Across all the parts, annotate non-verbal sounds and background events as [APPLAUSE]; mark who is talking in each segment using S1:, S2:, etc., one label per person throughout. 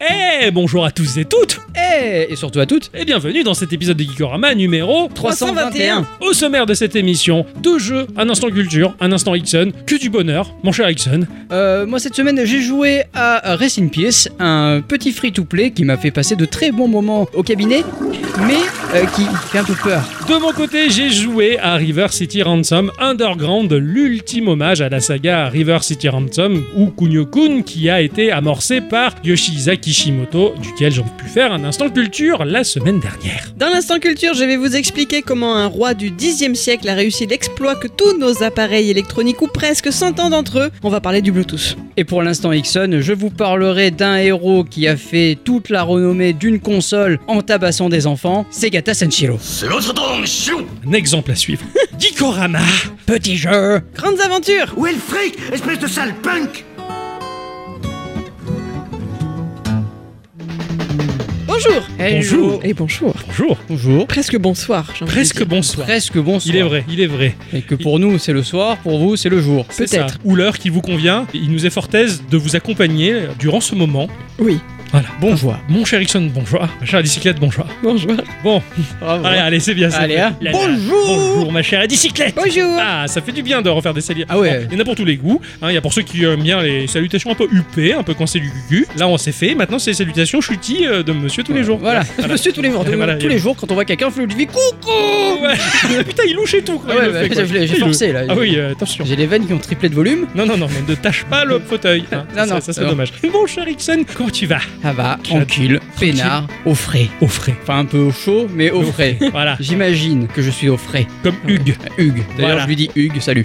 S1: Eh, bonjour à tous et toutes
S2: Eh, et surtout à toutes
S1: et bienvenue dans cet épisode de Geekorama numéro
S2: 321.
S1: Au sommaire de cette émission, deux jeux, un instant culture, un instant Ixon, que du bonheur, mon cher Ixon.
S2: Euh, moi cette semaine j'ai joué à Race in Peace, un petit free-to-play qui m'a fait passer de très bons moments au cabinet, mais euh, qui fait un peu peur.
S1: De mon côté, j'ai joué à River City Ransom Underground, l'ultime hommage à la saga River City Ransom ou Kunio-kun qui a été amorcée par Yoshihisa Kishimoto, duquel j'ai pu faire un instant culture la semaine dernière.
S3: Dans l'instant culture, je vais vous expliquer comment un roi du Xe siècle a réussi l'exploit que tous nos appareils électroniques ou presque s'entendent entre eux. On va parler du Bluetooth.
S2: Et pour l'instant Ixon, je vous parlerai d'un héros qui a fait toute la renommée d'une console en tabassant des enfants, Segata Senshiro.
S4: スロストーンシュン
S1: Un exemple à [LAUGHS] suivre. Geekorama
S2: Petit jeu
S3: Grandes aventures
S4: Où est le fric, espèce de sale punk
S3: Bonjour
S1: Bonjour.
S3: Et bonjour
S1: Eh, Bonjour.
S2: Bonjour
S3: Presque bonsoir, j'ai envie de
S1: Presque
S3: dire.
S1: bonsoir.
S2: Presque bonsoir.
S1: Il est vrai, il est vrai.
S2: Et que pour nous c'est le soir, pour vous c'est le jour.
S1: C'est ça.
S3: Peut-être.
S1: Ou l'heure qui vous convient. Il nous est fort aise de vous accompagner durant ce moment.
S3: Oui,
S1: Voilà.
S2: Bonjour.
S1: Mon cher Ixon, bonjour. Ma chère bicyclette, bonjour.
S3: bonjour.
S1: Bon,
S2: Bravo.
S1: allez, allez, c'est bien ça.
S2: Allez, hein.
S1: Là, là.
S3: Bonjour.
S1: Bonjour, ma chère bicyclette
S3: Bonjour
S1: Ah, ça fait du bien de refaire des saluts.
S2: Ah ouais.
S1: Il y en a pour tous les goûts. hein. Il y a pour ceux qui aiment bien les salutations un peu huppées, un peu quand c'est du cucu. Là, on s'est fait. Maintenant, c'est les salutations chuties euh, de monsieur tous les jours.
S2: Voilà, monsieur tous les jours,
S1: Et [LAUGHS] voilà,
S2: tous
S1: il y a-
S2: les jours quand on voit quelqu'un, on fait le coucou
S1: Ouais. [LAUGHS] Putain, il louche et tout. quoi.
S2: Ah ouais,
S1: Il le
S2: bah,
S1: fait, quoi.
S2: je l'ai- j'ai
S1: Il le-
S2: forcé, là.
S1: Ah oui, euh, attention.
S2: J'ai les veines qui ont triplé de volume.
S1: Non, non, non, mais ne tâche pas le fauteuil. hein.
S2: Non,
S1: Ça,
S2: non.
S1: ça c'est
S2: Alors.
S1: dommage. Mon cher Ixon, comment tu vas
S2: Ah bah,
S1: Chat.
S2: tranquille, peinard, au frais.
S1: Au frais.
S2: Enfin, un peu au chaud, mais au frais.
S1: Voilà,
S2: [LAUGHS] J'imagine que je suis au frais.
S1: comme Hugues.
S2: Euh, Hugues. D'ailleurs,
S1: Voilà.
S2: je lui dis Hugues, salut.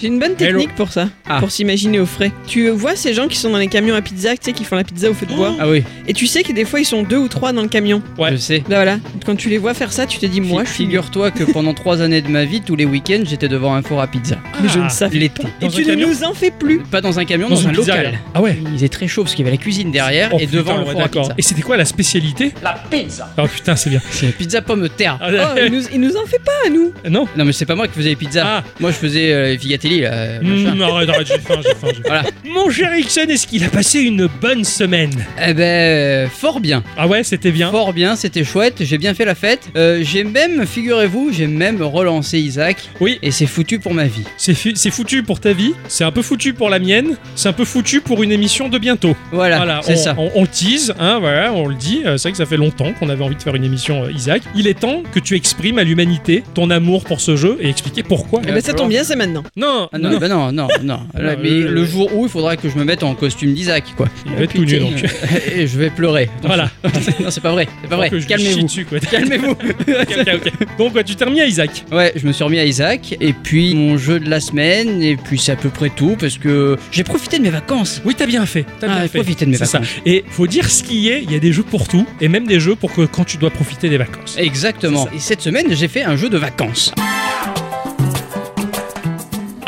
S3: J'ai une bonne
S1: Hello.
S3: technique pour ça,
S2: Ah.
S3: pour s'imaginer au frais. Tu vois ces gens qui sont dans les camions à pizza, tu sais, qui font la pizza au feu de bois.
S1: Oh.
S2: Ah oui,
S3: Et tu sais que des fois ils sont deux ou trois dans le camion.
S1: Ouais.
S2: je sais.
S3: Là voilà, quand tu les vois faire ça, tu te dis, moi
S2: Fi-
S3: je suis
S2: Figure-toi que pendant trois années de ma vie, tous les week-ends, j'étais devant un four à pizza.
S3: Mais je ne
S1: sais
S3: savais
S2: L'été.
S3: Et
S1: Ah, Dans un
S3: tu ne
S1: camion
S3: nous en fais
S1: [LAUGHS]
S3: plus
S2: Pas dans un camion, dans, un local.
S1: Ah ouais
S2: Il faisait très chaud parce qu'il y avait la cuisine derrière
S1: Oh,
S2: et devant
S1: putain,
S2: le
S1: ouais,
S2: four à
S1: d'accord.
S2: pizza.
S1: Et c'était quoi la spécialité La pizza Oh putain, c'est bien.
S2: C'est pizza pomme de terre.
S1: Ah,
S3: Oh, il nous, il nous en fait pas à nous
S1: Euh, Non
S2: Non, mais c'est pas moi qui faisais les pizzas.
S1: Ah
S2: Moi, je faisais euh, les Figatelli, là. euh, machin.
S1: Mm, Arrête, arrête, j'ai faim, j'ai faim. j'ai faim.
S2: Voilà.
S1: Mon cher Ixon, est-ce qu'il a passé une bonne semaine
S2: Eh ben, fort bien.
S1: Ah ouais, c'était bien.
S2: Hein Fort bien, c'était chouette, j'ai bien fait la fête. Euh, j'ai même, figurez-vous, j'ai même relancé Isaac.
S1: Oui.
S2: Et c'est foutu pour ma vie.
S1: C'est fu- c'est foutu pour ta vie, c'est un peu foutu pour la mienne, c'est un peu foutu pour une émission de bientôt.
S2: [LAUGHS] Voilà,
S1: Voilà,
S2: c'est
S1: on,
S2: ça.
S1: On, on tease, hein, voilà, on le dit. euh, C'est vrai que ça fait longtemps qu'on avait envie de faire une émission euh, Isaac. Il est temps que tu exprimes à l'humanité ton amour pour ce jeu et expliquer pourquoi.
S3: Eh ben, ça tombe bien, c'est maintenant.
S1: Non,
S2: Ah non,
S1: non,
S2: bah non, non,
S1: [LAUGHS]
S2: non. Là,
S1: Non,
S2: mais
S1: euh,
S2: le jour où il faudra que je me mette en costume d'Isaac, quoi.
S1: il va être tout nu donc.
S2: [LAUGHS] et je vais pleurer.
S1: [LAUGHS]
S2: Non,
S1: Voilà.
S2: c'est- [LAUGHS] Non, c'est pas vrai, c'est pas vrai.
S1: Faut que je lui chie
S2: Calmez-vous.
S1: dessus, quoi. [LAUGHS]
S2: Calmez-vous.
S1: Ok, ok, ok. Donc ouais, tu t'es remis à Isaac.
S2: ouais, je me suis remis à Isaac, et puis mon jeu de la semaine, et puis c'est à peu près tout, parce que j'ai profité de mes vacances.
S1: Oui, t'as bien fait. T'as
S2: Ah,
S1: bien
S2: j'ai
S1: fait.
S2: profité de mes
S1: C'est ça.
S2: vacances.
S1: Et faut dire ce qui est. Il y a des jeux pour tout et même des jeux pour que quand tu dois profiter des vacances.
S2: Exactement. Et cette semaine, j'ai fait un jeu de vacances.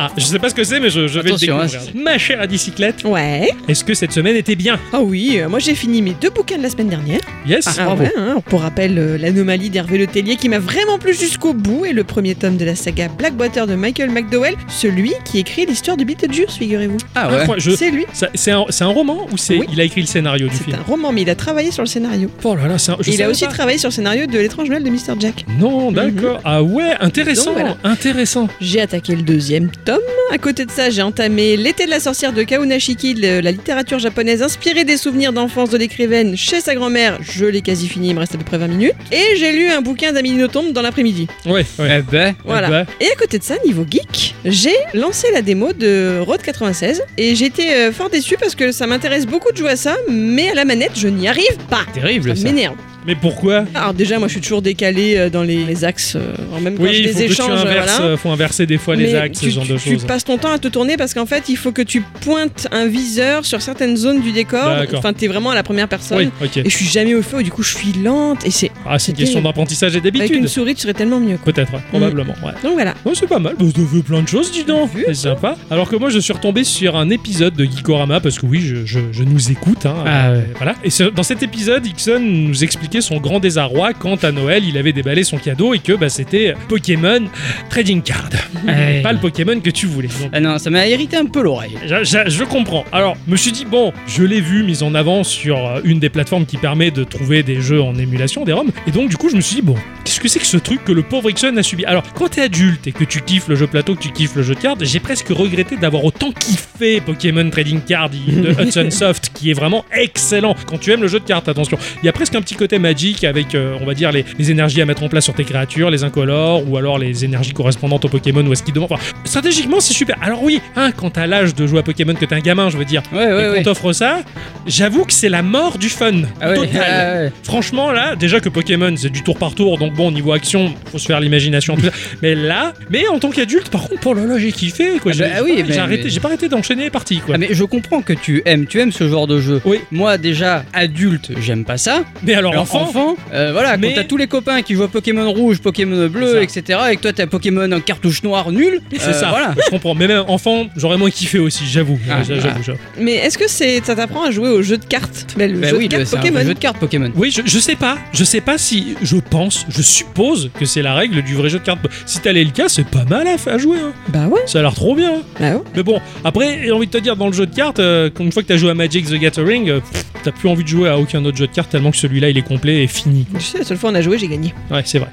S1: Ah, je sais pas ce que c'est, mais je, je vais le
S2: Attention,
S1: découvrir.
S2: hein, c'est-
S1: Ma chère à bicyclette,
S3: Ouais.
S1: est-ce que cette semaine était bien
S3: Ah oui, euh, moi j'ai fini mes deux bouquins de la semaine dernière.
S1: Yes.
S2: Ah, bravo.
S3: ouais, hein. pour rappel, euh, l'anomalie d'Hervé Le Tellier qui m'a vraiment plu jusqu'au bout et le premier tome de la saga Blackwater de Michael McDowell, celui qui écrit l'histoire de Beetlejuice, figurez-vous.
S2: Ah ouais.
S1: Incroyable. Je-
S3: C'est lui.
S1: ça- C'est un, c'est un roman ou c'est
S3: Oui.
S1: il a écrit le scénario du
S3: C'est
S1: film
S3: un roman, mais il a travaillé sur le scénario.
S1: Oh là là, c'est un, je
S3: Et il
S1: savais
S3: a aussi
S1: pas.
S3: travaillé sur le scénario de L'étrange Noël de Mr. Jack.
S1: Non, d'accord. Ah ouais, intéressant,
S3: Donc, voilà.
S1: intéressant.
S3: J'ai attaqué le deuxième tome. À côté de ça, j'ai entamé L'été de la sorcière de Kaunashiki, le- la littérature japonaise inspirée des souvenirs d'enfance de l'écrivaine chez sa grand-mère. Je l'ai quasi fini, il me reste à peu près 20 minutes. Et j'ai lu un bouquin d'Amélie Nothomb dans l'après-midi.
S1: Ouais, ouais.
S2: Eh ben,
S3: Voilà.
S1: Eh ben,
S3: Et à côté de ça, niveau geek, j'ai lancé la démo de Road 96 et j'étais euh, fort déçu parce que ça m'intéresse beaucoup de jouer à ça, mais à la manette, je n'y arrive pas.
S2: terrible
S3: Ça
S2: ça.
S3: m'énerve.
S1: mais pourquoi
S3: Alors déjà, moi, je suis toujours décalé euh, dans les, les axes, euh, même quand
S1: Oui,
S3: je
S1: il faut,
S3: les
S1: que tu
S3: échange. euh,
S1: inverses,
S3: voilà.
S1: euh, faut inverser des fois les
S3: Mais
S1: axes, ce
S3: tu-
S1: genre
S3: tu-
S1: de choses.
S3: Tu passes ton temps à te tourner parce qu'en fait, il faut que tu pointes un viseur sur certaines zones du décor.
S1: D'accord.
S3: Enfin, t'es vraiment à la première personne.
S1: Oui, ok.
S3: Et je suis jamais au feu, du coup, je suis lente. Et c'est
S1: Ah, c'est une
S3: C'était-
S1: question d'apprentissage et
S3: avec une Mm.
S1: d'habitude.
S3: souris, tu serais tellement mieux. quoi.
S1: Peut-être, ouais, probablement, ouais.
S3: Donc voilà.
S1: Ouais, c'est pas mal, vous avez vu plein de choses, dis donc,
S3: Vu,
S1: c'est sympa. Alors que moi, je suis retombé sur un épisode de Geekorama, parce que oui, je, je- je nous écoute, hein,
S2: Ah ouais.
S1: voilà. Et ce- dans cet épisode, Ixon nous expliquait expliquer son grand désarroi quand à Noël il avait déballé son cadeau et que bah, c'était Pokémon Trading Card.
S2: Ouais.
S1: Pas le Pokémon que tu voulais. Donc,
S2: Ah non, ça m'a irrité un peu l'oreille.
S1: je, je- je comprends. Alors, je me suis dit, bon, je l'ai vu mise en avant sur euh, une des plateformes qui permet de trouver des jeux en émulation, des ROM. Et donc, du coup, je me suis dit, bon, qu'est-ce que c'est que ce truc que le pauvre Ixon a subi Alors, quand t'es adulte et que tu kiffes le jeu plateau, que tu kiffes le jeu de cartes, j'ai presque regretté d'avoir autant kiffé Pokémon Trading Card de Hudson Soft, qui est vraiment excellent quand tu aimes le jeu de cartes, attention. Il y a presque un petit côté magique avec, euh, on va dire, les, les énergies à mettre en place sur tes créatures, les incolores, ou alors les énergies correspondantes aux Pokémon ou à ce qu'ils demandent. Enfin, stratégiquement, c'est super. Alors oui, hein, quand t'as l'âge de jouer à Pokémon, que t'es un gamin, je veux dire,
S2: Ouais,
S1: et
S2: ouais,
S1: qu'on
S2: ouais.
S1: t'offre ça, j'avoue que c'est la mort du fun.
S2: Ah ouais,
S1: total.
S2: ah ouais.
S1: Franchement, là, déjà que Pokémon, c'est du tour par tour, donc bon, niveau action, faut se faire l'imagination, tout ça. Mais là, mais en tant qu'adulte, par contre, pour là, j'ai kiffé, quoi.
S2: Ah
S1: J'ai-
S2: bah, ah oui,
S1: j'ai
S2: mais-
S1: arrêté-
S2: mais-
S1: j'ai pas arrêté d'enchaîner les parties, quoi.
S2: Ah, mais je comprends que tu aimes, tu aimes ce genre de jeu.
S1: Oui.
S2: Moi déjà adulte, j'aime pas ça.
S1: Mais alors,
S2: Alors,
S1: enfant,
S2: euh, voilà,
S1: Mais-
S2: quand t'as tous les copains qui jouent à Pokémon rouge, Pokémon bleu, etc. Et que toi t'as Pokémon en cartouche noire nul.
S1: c'est
S2: euh,
S1: ça.
S2: Voilà.
S1: Je comprends. Mais même enfant, j'aurais moins kiffé aussi, j'avoue.
S2: Ah,
S1: J'avoue,
S2: ah.
S1: j'avoue.
S3: Mais est-ce que c'est, ça t'apprend à jouer au jeu de cartes Mais Le
S2: Bah
S3: jeu
S2: oui,
S3: de cartes
S2: c'est un
S3: Pokémon.
S2: jeu de cartes Pokémon.
S1: Oui, je, je sais pas. Je sais pas si je pense, je suppose que c'est la règle du vrai jeu de cartes. Si t'allais le cas, c'est pas mal à, à jouer. hein.
S3: Bah ouais.
S1: Ça a l'air trop bien. hein.
S3: Bah ouais.
S1: Mais bon, après, j'ai envie de te dire, dans le jeu de cartes, euh, une fois que t'as joué à Magic the Gathering, euh, pff, t'as plus envie de jouer à aucun autre jeu de cartes tellement que celui-là, il est complet et fini.
S3: Je sais, la seule fois on a joué, j'ai gagné.
S1: Ouais, c'est vrai.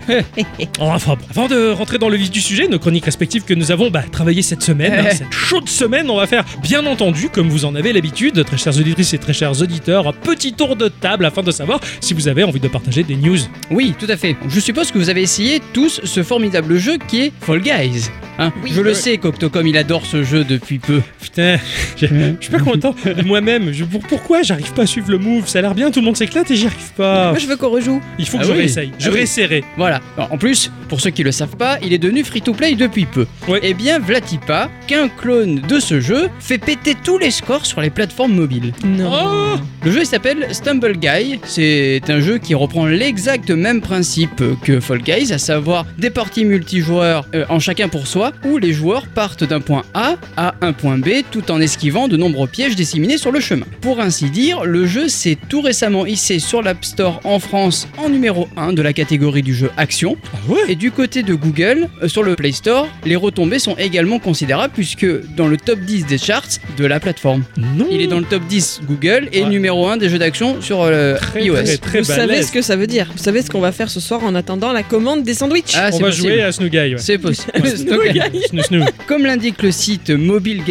S1: enfin, bon. avant de rentrer dans le vif du sujet, nos chroniques respectives que nous avons bah, travaillées cette semaine, hein, cette chaude semaine, on va faire, bien entendu, comme vous en avez l'habitude, très chères auditrices et très chers auditeurs, un petit tour de table afin de savoir si vous avez envie de partager des news.
S2: Oui, tout à fait. Je suppose que vous avez essayé tous ce formidable jeu qui est Fall Guys. Hein,
S3: Oui.
S2: je le
S3: Ouais.
S2: sais qu'Octocom il adore ce jeu depuis peu.
S1: Putain, [LAUGHS] je je suis pas content de moi-même. Je- pour- pourquoi j'arrive pas à suivre le move Ça a l'air bien, tout le monde s'éclate et j'y arrive pas.
S3: Moi je veux qu'on rejoue.
S1: Il faut que
S2: Ah
S1: je
S2: oui.
S1: réessaye. Je
S2: Ah oui.
S1: réessayerai.
S2: Voilà. Alors, en plus, pour ceux qui le savent pas, il est devenu free to play depuis peu.
S1: Ouais.
S2: Eh bien, Vlatipa, qu'un clone de ce jeu, fait péter tous les scores sur les plateformes mobiles.
S1: Oh
S2: Le jeu il s'appelle Stumble Guy. C'est un jeu qui reprend l'exact même principe que Fall Guys, à savoir des parties multijoueurs euh, en chacun pour soi, où les joueurs partent d'un point A à un point B tout en esquivant de nombreux pièges disséminés sur le chemin. Pour ainsi dire, le jeu s'est tout récemment hissé sur l'App Store en France en numéro 1 de la catégorie du jeu Action.
S1: Ah ouais
S2: Et du côté de Google, euh, sur le Play Store, les retombées sont également considérables puisque dans le top 10 des charts de la plateforme.
S1: Non
S2: Il est dans le top 10 Google et
S1: Ouais.
S2: numéro 1 des jeux d'action sur euh,
S1: Très,
S2: iOS.
S1: très, très
S3: Vous savez
S1: balèze.
S3: ce que ça veut dire Vous savez ce qu'on va faire ce soir en attendant la commande des sandwichs
S2: Ah,
S1: On
S2: c'est
S1: va
S2: possible.
S1: jouer euh, à Snoo Guy. Ouais. [LAUGHS]
S2: C'est possible. [LAUGHS]
S3: Snowguy.
S2: Ok.
S1: Snoo, snoo.
S2: Comme l'indique le site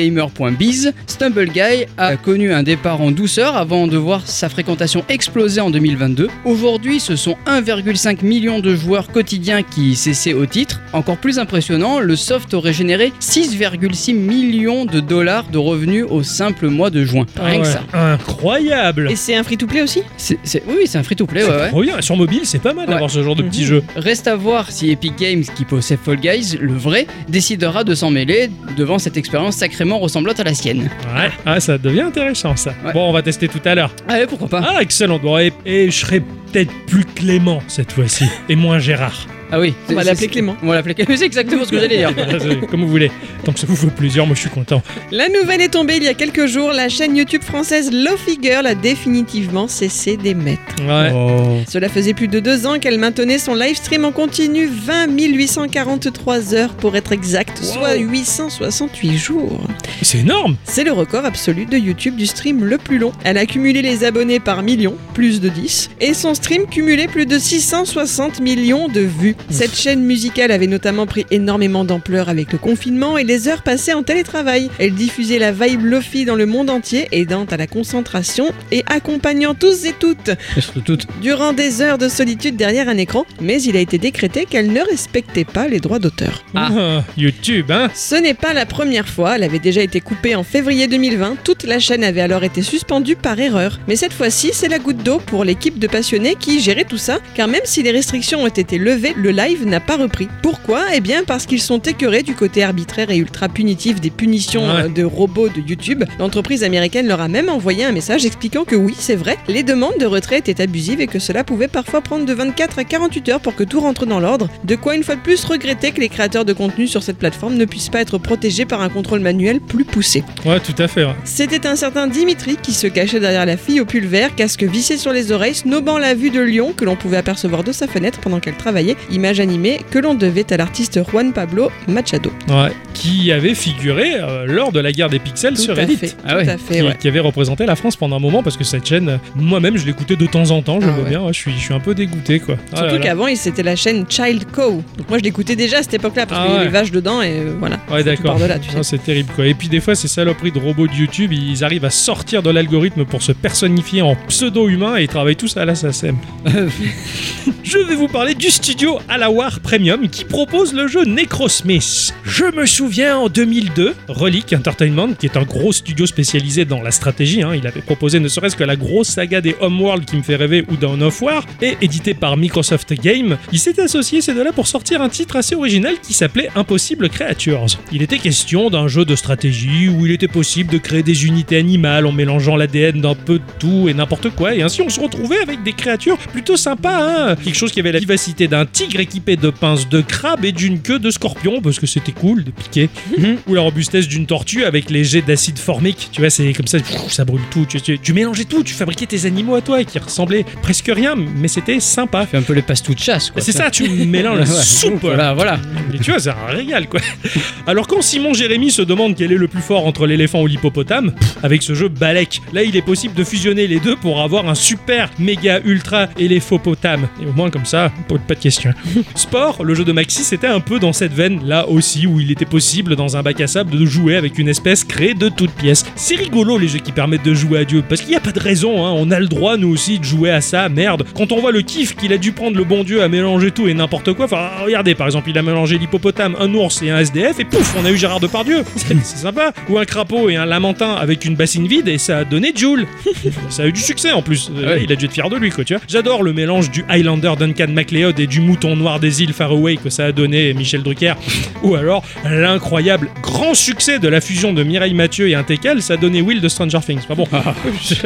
S2: mobilegamer.biz, Stumble Guy a connu un départ en douceur avant de voir sa fréquentation exploser en 2022. Aujourd'hui, ce sont 1,5 million de joueurs quotidiens qui cessaient au titre. Encore plus impressionnant, le soft aurait généré 6,6 millions de dollars de revenus au simple mois de juin.
S1: Ah
S2: [LAUGHS] Rien que
S1: ouais.
S2: ça.
S1: Incroyable
S3: Et c'est un free-to-play aussi
S2: C'est- c'est- oui, c'est un free-to-play, ouais, ouais.
S1: Trop bien. Sur mobile, c'est pas mal d'avoir ce genre de petit
S3: Mhm.
S1: jeu.
S2: Reste à voir si Epic Games, qui possède Fall Guys, le vrai, décidera de s'en mêler devant cette expérience sacrément ressemblante à la sienne.
S1: Ouais. Ah, ça devient intéressant ça.
S2: Ouais.
S1: Bon, on va tester tout à l'heure.
S2: Ah ouais, pourquoi pas
S1: Ah, excellent. Bon, et, et je serai peut-être plus Clément cette fois-ci
S2: [LAUGHS]
S1: et moins Gérard. [LAUGHS]
S2: Ah oui,
S3: On va
S2: c'est-
S3: l'appeler
S2: c'est-
S3: Clément.
S2: On va l'appeler Clément, [LAUGHS] c'est exactement ce que j'allais dire.
S1: Comme vous voulez. Tant que ça vous fait plaisir, moi je suis content.
S3: La nouvelle est tombée il y a quelques jours. La chaîne YouTube française Lofty Girl a définitivement cessé d'émettre.
S1: Ouais.
S2: Oh.
S3: Cela faisait plus de deux ans qu'elle maintenait son live stream en continu 20 843 heures pour être exact, soit 868 jours.
S1: C'est énorme.
S3: C'est le record absolu de YouTube du stream le plus long. Elle a cumulé les abonnés par millions, plus de 10, et son stream cumulait plus de 660 millions de vues. Cette chaîne musicale avait notamment pris énormément d'ampleur avec le confinement et les heures passées en télétravail. Elle diffusait la vibe Lofi dans le monde entier, aidant à la concentration et accompagnant tous et toutes durant des heures de solitude derrière un écran, mais il a été décrété qu'elle ne respectait pas les droits d'auteur.
S2: Ah.
S1: Ah, YouTube, hein.
S3: Ce n'est pas la première fois, elle avait déjà été coupée en février 2020, toute la chaîne avait alors été suspendue par erreur. Mais cette fois-ci, c'est la goutte d'eau pour l'équipe de passionnés qui gérait tout ça, car même si les restrictions ont été levées, le le live n'a pas repris. Pourquoi Eh bien parce qu'ils sont écœurés du côté arbitraire et ultra punitif des punitions
S1: Ouais.
S3: euh, de robots de YouTube. L'entreprise américaine leur a même envoyé un message expliquant que oui, c'est vrai, les demandes de retrait étaient abusives et que cela pouvait parfois prendre de 24 à 48 heures pour que tout rentre dans l'ordre. De quoi une fois de plus regretter que les créateurs de contenu sur cette plateforme ne puissent pas être protégés par un contrôle manuel plus poussé.
S1: Ouais, tout à fait. ouais.
S3: C'était un certain Dimitri qui se cachait derrière la fille au pull vert, casque vissé sur les oreilles, snobant la vue de Lyon que l'on pouvait apercevoir de sa fenêtre pendant qu'elle travaillait, image animée que l'on devait à l'artiste Juan Pablo Machado.
S1: Ouais. Qui avait figuré euh, lors de la guerre des pixels
S3: Tout
S1: sur
S3: à
S1: Reddit.
S3: fait, tout
S2: Ah ouais.
S3: à fait,
S1: Qui,
S3: ouais.
S1: qui avait représenté la France pendant un moment parce que cette chaîne, euh, moi-même, je l'écoutais de temps en temps, je
S3: Ah
S1: vois
S3: ouais.
S1: bien, ouais, je, suis, je suis un peu dégoûté quoi. Ah là
S3: Surtout
S1: là.
S3: qu'avant, il- c'était la chaîne Child Co. Donc moi, je l'écoutais déjà à cette époque-là parce
S1: Ah
S3: qu'il y avait
S1: ouais.
S3: les vaches dedans et euh, voilà.
S1: Ouais,
S3: Ça
S1: d'accord. Ah,
S3: part de là, tu sais.
S1: Non, C'est terrible quoi. Et puis des fois, ces saloperies de robots de YouTube, ils arrivent à sortir de l'algorithme pour se personnifier en pseudo-humain et ils travaillent tous à la SACEM.
S2: Euh,
S1: Je vais vous parler du studio Alawar Premium qui propose le jeu Necrosmith. Je me souviens en 2002, Relic Entertainment, qui est un gros studio spécialisé dans la stratégie, hein, il avait proposé ne serait-ce que la grosse saga des Homeworld qui me fait rêver ou Dawn of War, et édité par Microsoft Game, il s'est associé ces deux-là pour sortir un titre assez original qui s'appelait Impossible Creatures. Il était question d'un jeu de stratégie où il était possible de créer des unités animales en mélangeant l'ADN d'un peu de tout et n'importe quoi, et ainsi on se retrouvait avec des créatures plutôt sympas, hein quelque chose qui avait la vivacité d'un tigre équipé de pinces de crabe et d'une queue de scorpion, parce que c'était cool de piquer,
S2: Mhm.
S1: ou la robustesse d'une tortue avec les jets d'acide formique, tu vois, c'est comme ça, pff, ça brûle tout, tu, tu- tu mélangeais tout, tu fabriquais tes animaux à toi qui ressemblaient presque rien, mais c'était sympa.
S2: Fais un peu les passe-tout de chasse, quoi.
S1: C'est ça, tu mélanges la
S2: [LAUGHS] Ouais.
S1: soupe
S2: Voilà, voilà.
S1: et tu vois, c'est un régal quoi. Alors quand Simon Jérémy se demande quel est le plus fort entre l'éléphant ou l'hippopotame, pff, avec ce jeu Balek, là il est possible de fusionner les deux pour avoir un super méga ultra éléphopotame. Et au moins comme ça, pas- pas de question. Sport, le jeu de Maxi, c'était un peu dans cette veine là aussi où il était possible dans un bac à sable de jouer avec une espèce créée de toutes pièces. C'est rigolo les jeux qui permettent de jouer à Dieu parce qu'il n'y a pas de raison, hein, on a le droit nous aussi de jouer à ça, merde. Quand on voit le kiff qu'il a dû prendre le bon Dieu à mélanger tout et n'importe quoi, enfin regardez par exemple, il a mélangé l'hippopotame, un ours et un SDF et pouf, on a eu Gérard Depardieu, [LAUGHS] c'est c'est sympa. Ou un crapaud et un lamentin avec une bassine vide et ça a donné Joule. ça a eu du succès en plus, Euh,
S2: Ouais.
S1: il a dû être fier de lui quoi, tu vois. J'adore le mélange du Highlander Duncan MacLeod et du mouton noir des îles Faroe que ça a donné Michel Drucker ou alors l'incroyable grand succès de la fusion de Mireille Mathieu et Intekal, ça a donné Will de Stranger Things. Enfin bon, [LAUGHS]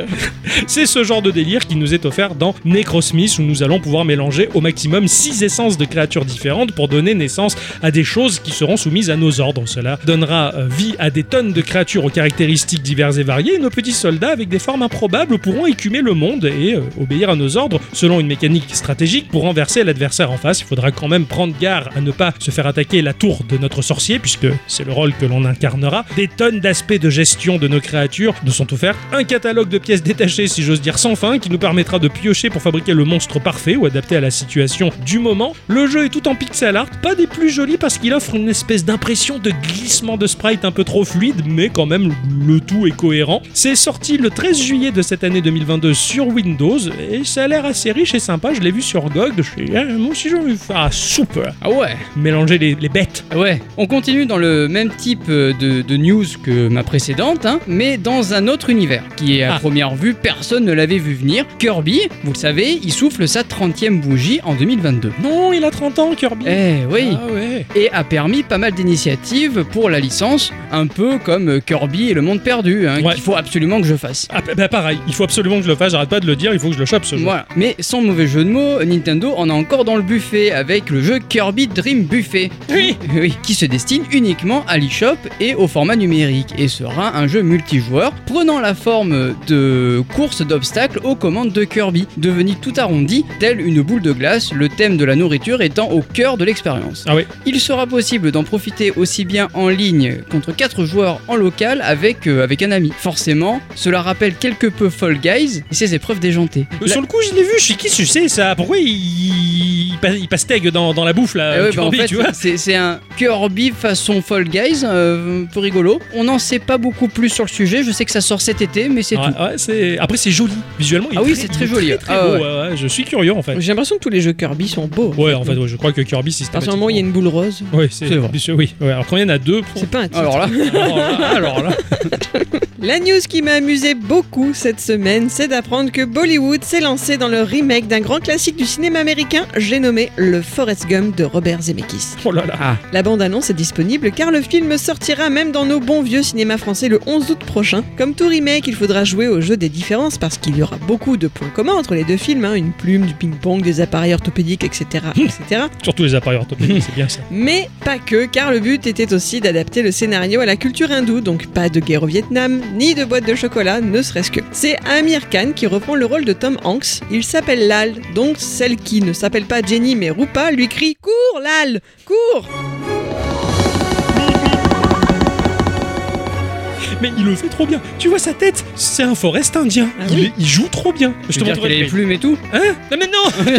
S1: c'est ce genre de délire qui nous est offert dans Necrosmith où nous allons pouvoir mélanger au maximum 6 essences de créatures différentes pour donner naissance à des choses qui seront soumises à nos ordres. Cela donnera euh, vie à des tonnes de créatures aux caractéristiques diverses et variées et nos petits soldats avec des formes improbables pourront écumer le monde et euh, obéir à nos ordres selon une mécanique stratégique pour renverser l'adversaire en face. Il faudra quand même prendre garde à ne pas se faire attaquer la tour de notre sorcier puisque c'est le rôle que l'on incarnera. Des tonnes d'aspects de gestion de nos créatures nous sont offerts. Un catalogue de pièces détachées, si j'ose dire, sans fin, qui nous permettra de piocher pour fabriquer le monstre parfait ou adapté à la situation du moment. Le jeu est tout en pixel art, pas des plus jolis parce qu'il offre une espèce d'impression de glissement de sprite un peu trop fluide, mais quand même le tout est cohérent. C'est sorti le 13 juillet de cette année 2022 sur Windows et ça a l'air assez riche et sympa. Je l'ai vu sur GOG, je suis ah, moi aussi j'ai envie de faire un soupe,
S2: Ah ouais.
S1: mélanger les, les bêtes.
S2: Ouais, on continue dans le même type euh, de, de news que ma précédente, hein, mais dans un autre univers, qui à
S1: Ah.
S2: première vue, personne ne l'avait vu venir. Kirby, vous le savez, il souffle sa 30e bougie en 2022.
S1: Non, il a 30 ans, Kirby.
S2: Eh oui
S1: Ah ouais.
S2: Et a permis pas mal d'initiatives pour la licence, un peu comme euh, Kirby et le monde perdu, hein,
S1: Ouais.
S2: qu'il faut absolument que je fasse.
S1: Ah, bah, bah, pareil, il faut absolument que je le fasse, j'arrête pas de le dire, il faut que je le chope ce jeu.
S2: Voilà. Mais sans mauvais jeu de mots, Nintendo en a encore dans le buffet avec le jeu Kirby Dream Buffet.
S1: Oui.
S2: [LAUGHS] Oui, qui se destine uniquement à l'eShop et au format numérique et sera un jeu multijoueur prenant la forme de course d'obstacles aux commandes de Kirby, devenu tout arrondi, telle une boule de glace, le thème de la nourriture étant au cœur de l'expérience.
S1: Ah oui.
S2: Il sera possible d'en profiter aussi bien en ligne contre 4 joueurs en local avec, euh, avec un ami. Forcément, cela rappelle quelque peu Fall Guys et ses épreuves déjantées.
S1: Euh,
S2: La-
S1: Sur le coup, je l'ai vu, je suis qui tu sais ça Pourquoi il, il, passe, il passe tag dans, dans la bouffe là
S2: Eh ouais,
S1: tu,
S2: bah, en
S1: Kirby,
S2: fait,
S1: Euh, tu vois
S2: c'est c'est un Kirby façon Fall Guys, euh, un peu rigolo. On n'en sait pas beaucoup plus sur le sujet. Je sais que ça sort cet été, mais c'est tout.
S1: Ouais, ouais, c'est- Après, c'est joli. Visuellement, il
S2: Ah
S1: est
S2: oui,
S1: très-
S2: c'est
S1: il
S2: très
S1: est
S2: joli.
S1: Très, très
S2: Ah
S1: beau,
S2: ouais.
S1: ouais, ouais, je suis curieux en fait.
S3: J'ai l'impression que tous les jeux Kirby sont beaux.
S1: Ouais, en fait, ouais, je crois que Kirby
S3: Parce qu'à
S1: systématiquement.
S3: un moment, il y a une boule rose.
S1: Oui, c'est
S2: C'est vrai.
S1: Oui, ouais. alors quand il y en a deux. [LAUGHS] Oh
S3: C'est pas un titre.
S2: Alors là,
S1: Alors là, alors là.
S3: La news qui m'a amusé beaucoup cette semaine, c'est d'apprendre que Bollywood s'est lancé dans le remake d'un grand classique du cinéma américain, j'ai nommé Le Forrest Gump de Robert Zemeckis.
S1: Oh là là.
S2: Ah.
S3: La bande-annonce est disponible car le film sortira même dans nos bons vieux cinémas français le 11 août prochain. Comme tout remake, il faudra jouer au jeu des différences parce qu'il y aura beaucoup de points communs entre les deux films, hein, une plume, du ping-pong, des appareils orthopédiques, etc., etc.
S1: Surtout les appareils orthopédiques, c'est bien ça.
S3: Mais pas que, car le but était aussi d'adapter le scénario à la culture hindoue, donc pas de guerre au Vietnam, ni de boîte de chocolat, ne serait-ce que. C'est Amir Khan qui reprend le rôle de Tom Hanks. Il s'appelle Lal, donc celle qui ne s'appelle pas Jenny mais Rupa lui crie Cours Lal Cours
S1: Mais il le fait trop bien. Tu vois sa tête C'est un forest indien.
S3: Ah
S1: il,
S3: oui.
S1: est- il joue trop bien.
S2: Je te montre
S1: montrerai
S2: les
S1: le
S2: plumes
S1: [LAUGHS]
S2: et tout. [LAUGHS]
S1: prix. Hein Non mais non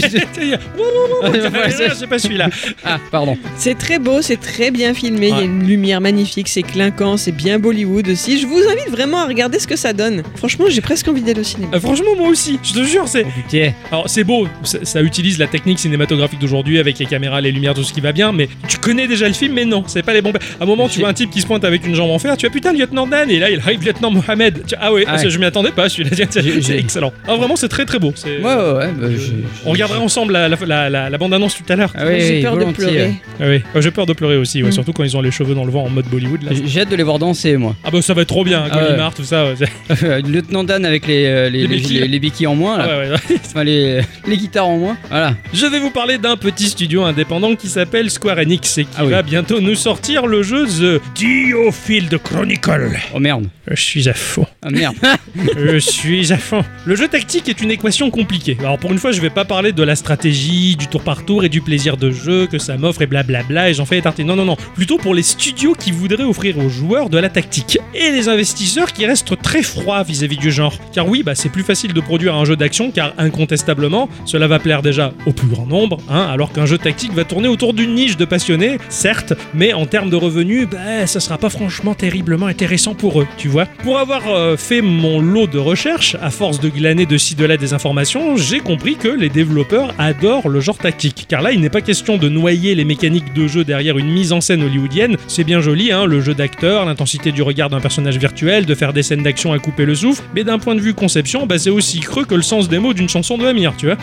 S1: C'est pas celui-là.
S2: ah, pardon.
S3: C'est très beau, c'est très bien filmé, il y
S1: Ouais.
S3: a une lumière magnifique, c'est clinquant, c'est bien Bollywood aussi. Je vous invite vraiment à regarder ce que ça donne. Franchement, j'ai presque envie d'aller au cinéma.
S1: Euh, Franchement, moi aussi, je te jure, c'est.
S2: putain.
S1: Alors, c'est beau, ça, ça utilise la technique cinématographique d'aujourd'hui avec les caméras, les lumières, tout ce qui va bien, mais tu connais déjà le film, mais non, c'est pas les bons. À un moment, tu
S2: C'est-
S1: vois un type qui se pointe avec une jambe en fer, tu as putain, lieutenant Dan, et là, il arrive, lieutenant Mohamed. Tu- Ah ouais,
S2: Ah ouais.
S1: je m'y attendais pas, celui-là,
S2: J'ai-
S1: c'est
S2: j'ai-
S1: excellent. Ah, vraiment, c'est très très beau. c'est-
S2: Ouais, ouais, ouais. bah,
S1: Je-
S2: j'ai-
S1: On regardera ensemble la, la, la- la- la bande-annonce tout à l'heure.
S2: Ah oui,
S3: j'ai
S2: oui,
S3: peur de
S2: volontiers,
S3: pleurer.
S2: ouais.
S1: Ah oui, euh, j'ai peur de pleurer aussi, ouais,
S3: Mm.
S1: surtout quand ils ont les cheveux dans le vent en mode Bollywood. Là.
S2: J'ai j'ai hâte de les voir danser, moi. [LAUGHS]
S1: Ah bah ça va être trop bien,
S2: Ah ouais.
S1: Golimard, tout ça. ouais, c'est-
S2: Lieutenant Dan avec les, euh, les,
S1: Les
S2: les-
S1: béquilles. Ah
S2: les- les béquilles en moins, là.
S1: ouais, ouais.
S2: Enfin, les, les guitares en moins. Voilà.
S1: Je vais vous parler d'un petit studio indépendant qui s'appelle Square Enix et qui
S2: Ah oui.
S1: va bientôt nous sortir le jeu The Diofield Chronicle.
S2: Oh merde.
S1: Je suis à fond. [LAUGHS]
S2: Ah merde.
S1: Je suis Euh, à fond. Le jeu tactique est une équation compliquée. Alors pour une fois, je vais pas parler de la stratégie, du tour par tour et du plaisir de jeu que ça m'offre et blablabla et j'en fais tartiner. Non, non, non. Plutôt pour les studios qui voudraient offrir aux joueurs de la tactique et les investisseurs qui restent très froids vis-à-vis du genre. Car oui, bah c'est plus facile de produire un jeu d'action car incontestablement, cela va plaire déjà au plus grand nombre, hein, alors qu'un jeu tactique va tourner autour d'une niche de passionnés, certes, mais en termes de revenus, bah, ça sera pas franchement terriblement intéressant pour eux, tu vois. Pour avoir euh, fait mon lot de recherche, à force de glaner de ci de là des informations, j'ai compris que les développeurs adorent le genre tactique, car là il n'est pas question de noyer les mécaniques de jeu derrière une mise en scène hollywoodienne, c'est bien joli, hein, le jeu d'acteur, l'intensité du regard d'un personnage virtuel, de faire des scènes d'action à couper le souffle, mais d'un point de vue conception, bah, c'est aussi creux que le sens des mots d'une chanson de Amir, tu vois.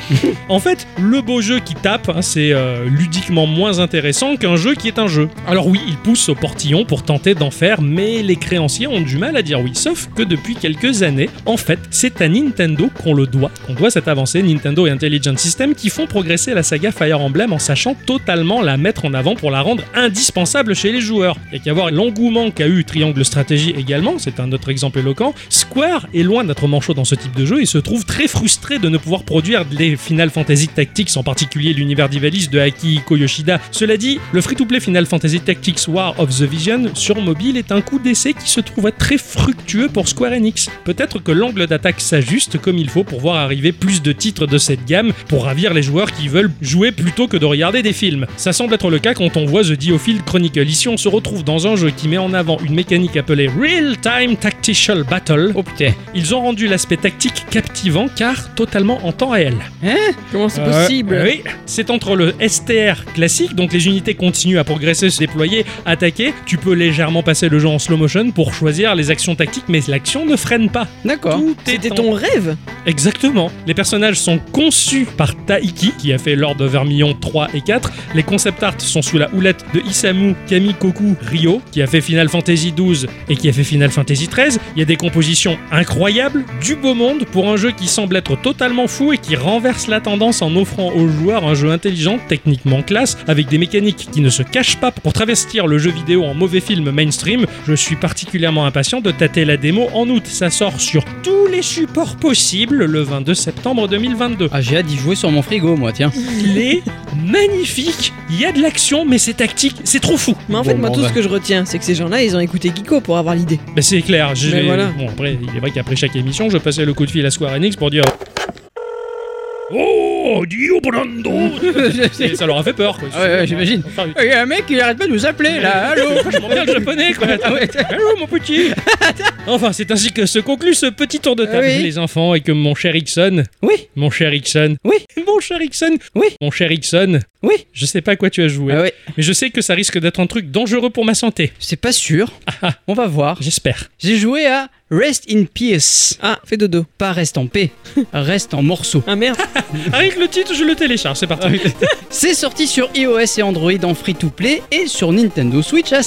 S1: En fait, le beau jeu qui tape, hein, c'est euh, ludiquement moins intéressant qu'un jeu qui est un jeu. Alors oui, il pousse au portillon pour tenter d'en faire, mais les créanciers ont du mal à dire oui. Sauf que depuis quelques années, en fait, c'est à Nintendo qu'on le doit, qu'on doit cette avancée Nintendo et Intelligent System qui font progresser la saga Fire Emblem en sachant totalement la mettre en avant pour la rendre indispensable chez les joueurs. Et qu'à voir l'engouement qu'a eu Triangle Stratégie également, c'est un autre exemple éloquent, Square est loin d'être manchot dans ce type de jeu et se trouve très frustré de ne pouvoir produire les Final Fantasy Tactics, en particulier l'univers d'Ivalice de Akihiko Yoshida. Cela dit, le free-to-play Final Fantasy Tactics War of the Vision sur mobile est un coup d'essai qui se trouva très fructueux pour Square Enix. Peut-être que l'angle d'attaque s'ajuste comme il faut pour voir arriver plus de titres de cette gamme pour ravir les joueurs qui veulent jouer plutôt que de regarder des films. Ça semble être le cas quand on voit The Diofield Chronicle. Ici, on se retrouve dans un jeu qui met en avant une mécanique appelée Real Time Tactical Battle.
S2: Oh putain.
S1: Ils ont rendu l'aspect tactique captivant car totalement en temps réel.
S3: Comment c'est
S2: Ah,
S1: Euh,
S3: possible
S1: euh, Oui, c'est entre le STR classique, donc les unités continuent à progresser, se déployer, attaquer. Tu peux légèrement passer le jeu en slow motion pour choisir les actions tactiques, mais l'action ne freine pas.
S2: D'accord.
S1: Tout est
S3: Hein C'était
S1: en-
S3: ton rêve
S1: Exactement. Les personnages sont conçus par Taiki, qui a fait Lord of Vermilion 3 et 4. Les concept art sont sous la houlette de Isamu Kamikoku Ryo, qui a fait Final Fantasy 12 et qui a fait Final Fantasy 13. Il y a des compositions incroyables, du beau monde, pour un jeu qui semble être totalement fou et qui renverse la tendance en offrant aux joueurs un jeu intelligent, techniquement classe, avec des mécaniques qui ne se cachent pas. Pour travestir le jeu vidéo en mauvais film mainstream, je suis particulièrement impatient de tâter la démo en août. Ça sort sur tous les supports possibles le 22 septembre 2022.
S2: Ah, j'ai hâte d'y jouer sur mon frigo, moi,
S1: [LAUGHS]
S2: tiens. [LAUGHS]
S1: Il est magnifique, il y a de l'action, mais c'est tactique, c'est trop fou.
S3: Mais en fait,
S2: Bon,
S3: moi,
S2: bon,
S3: tout
S2: bah.
S3: ce que je retiens, c'est que ces gens-là, ils ont écouté Geeko pour avoir l'idée.
S1: Ben c'est clair, j'ai-
S3: Mais voilà.
S1: Bon, après, il est vrai qu'après chaque émission, je passais le coup de fil à Square Enix pour dire. Oh, Dio Brando Et Ça leur a fait peur. quoi.
S2: Ah ouais, ouais, j'imagine.
S1: Enfin,
S2: Il y a un mec qui arrête pas de nous appeler, là. Allô
S1: Je m'en le japonais,
S2: [LAUGHS]
S1: quoi.
S2: Ah ouais, t'as-
S1: Allô, mon petit Enfin, c'est ainsi que se conclut ce petit tour de table,
S2: Ah oui.
S1: les enfants, et que mon cher Ixon.
S2: Oui.
S1: Mon cher Ixon.
S2: Oui.
S1: Mon cher Ixon.
S2: Oui.
S1: Mon cher Ixon.
S2: Oui.
S1: Je sais pas à quoi tu as joué,
S2: Ah ouais.
S1: mais je sais que ça risque d'être un truc dangereux pour ma santé.
S2: C'est
S1: [LAUGHS]
S2: pas sûr. On va voir.
S1: J'espère.
S2: J'ai joué à Rest in Peace.
S3: Ah, fais dodo.
S2: Pas reste en
S3: [LAUGHS]
S2: paix, reste en morceaux.
S3: Ah merde.
S1: Avec le titre, je le télécharge, c'est parti.
S2: C'est sorti sur iOS et Android en free-to-play et sur Nintendo Switch à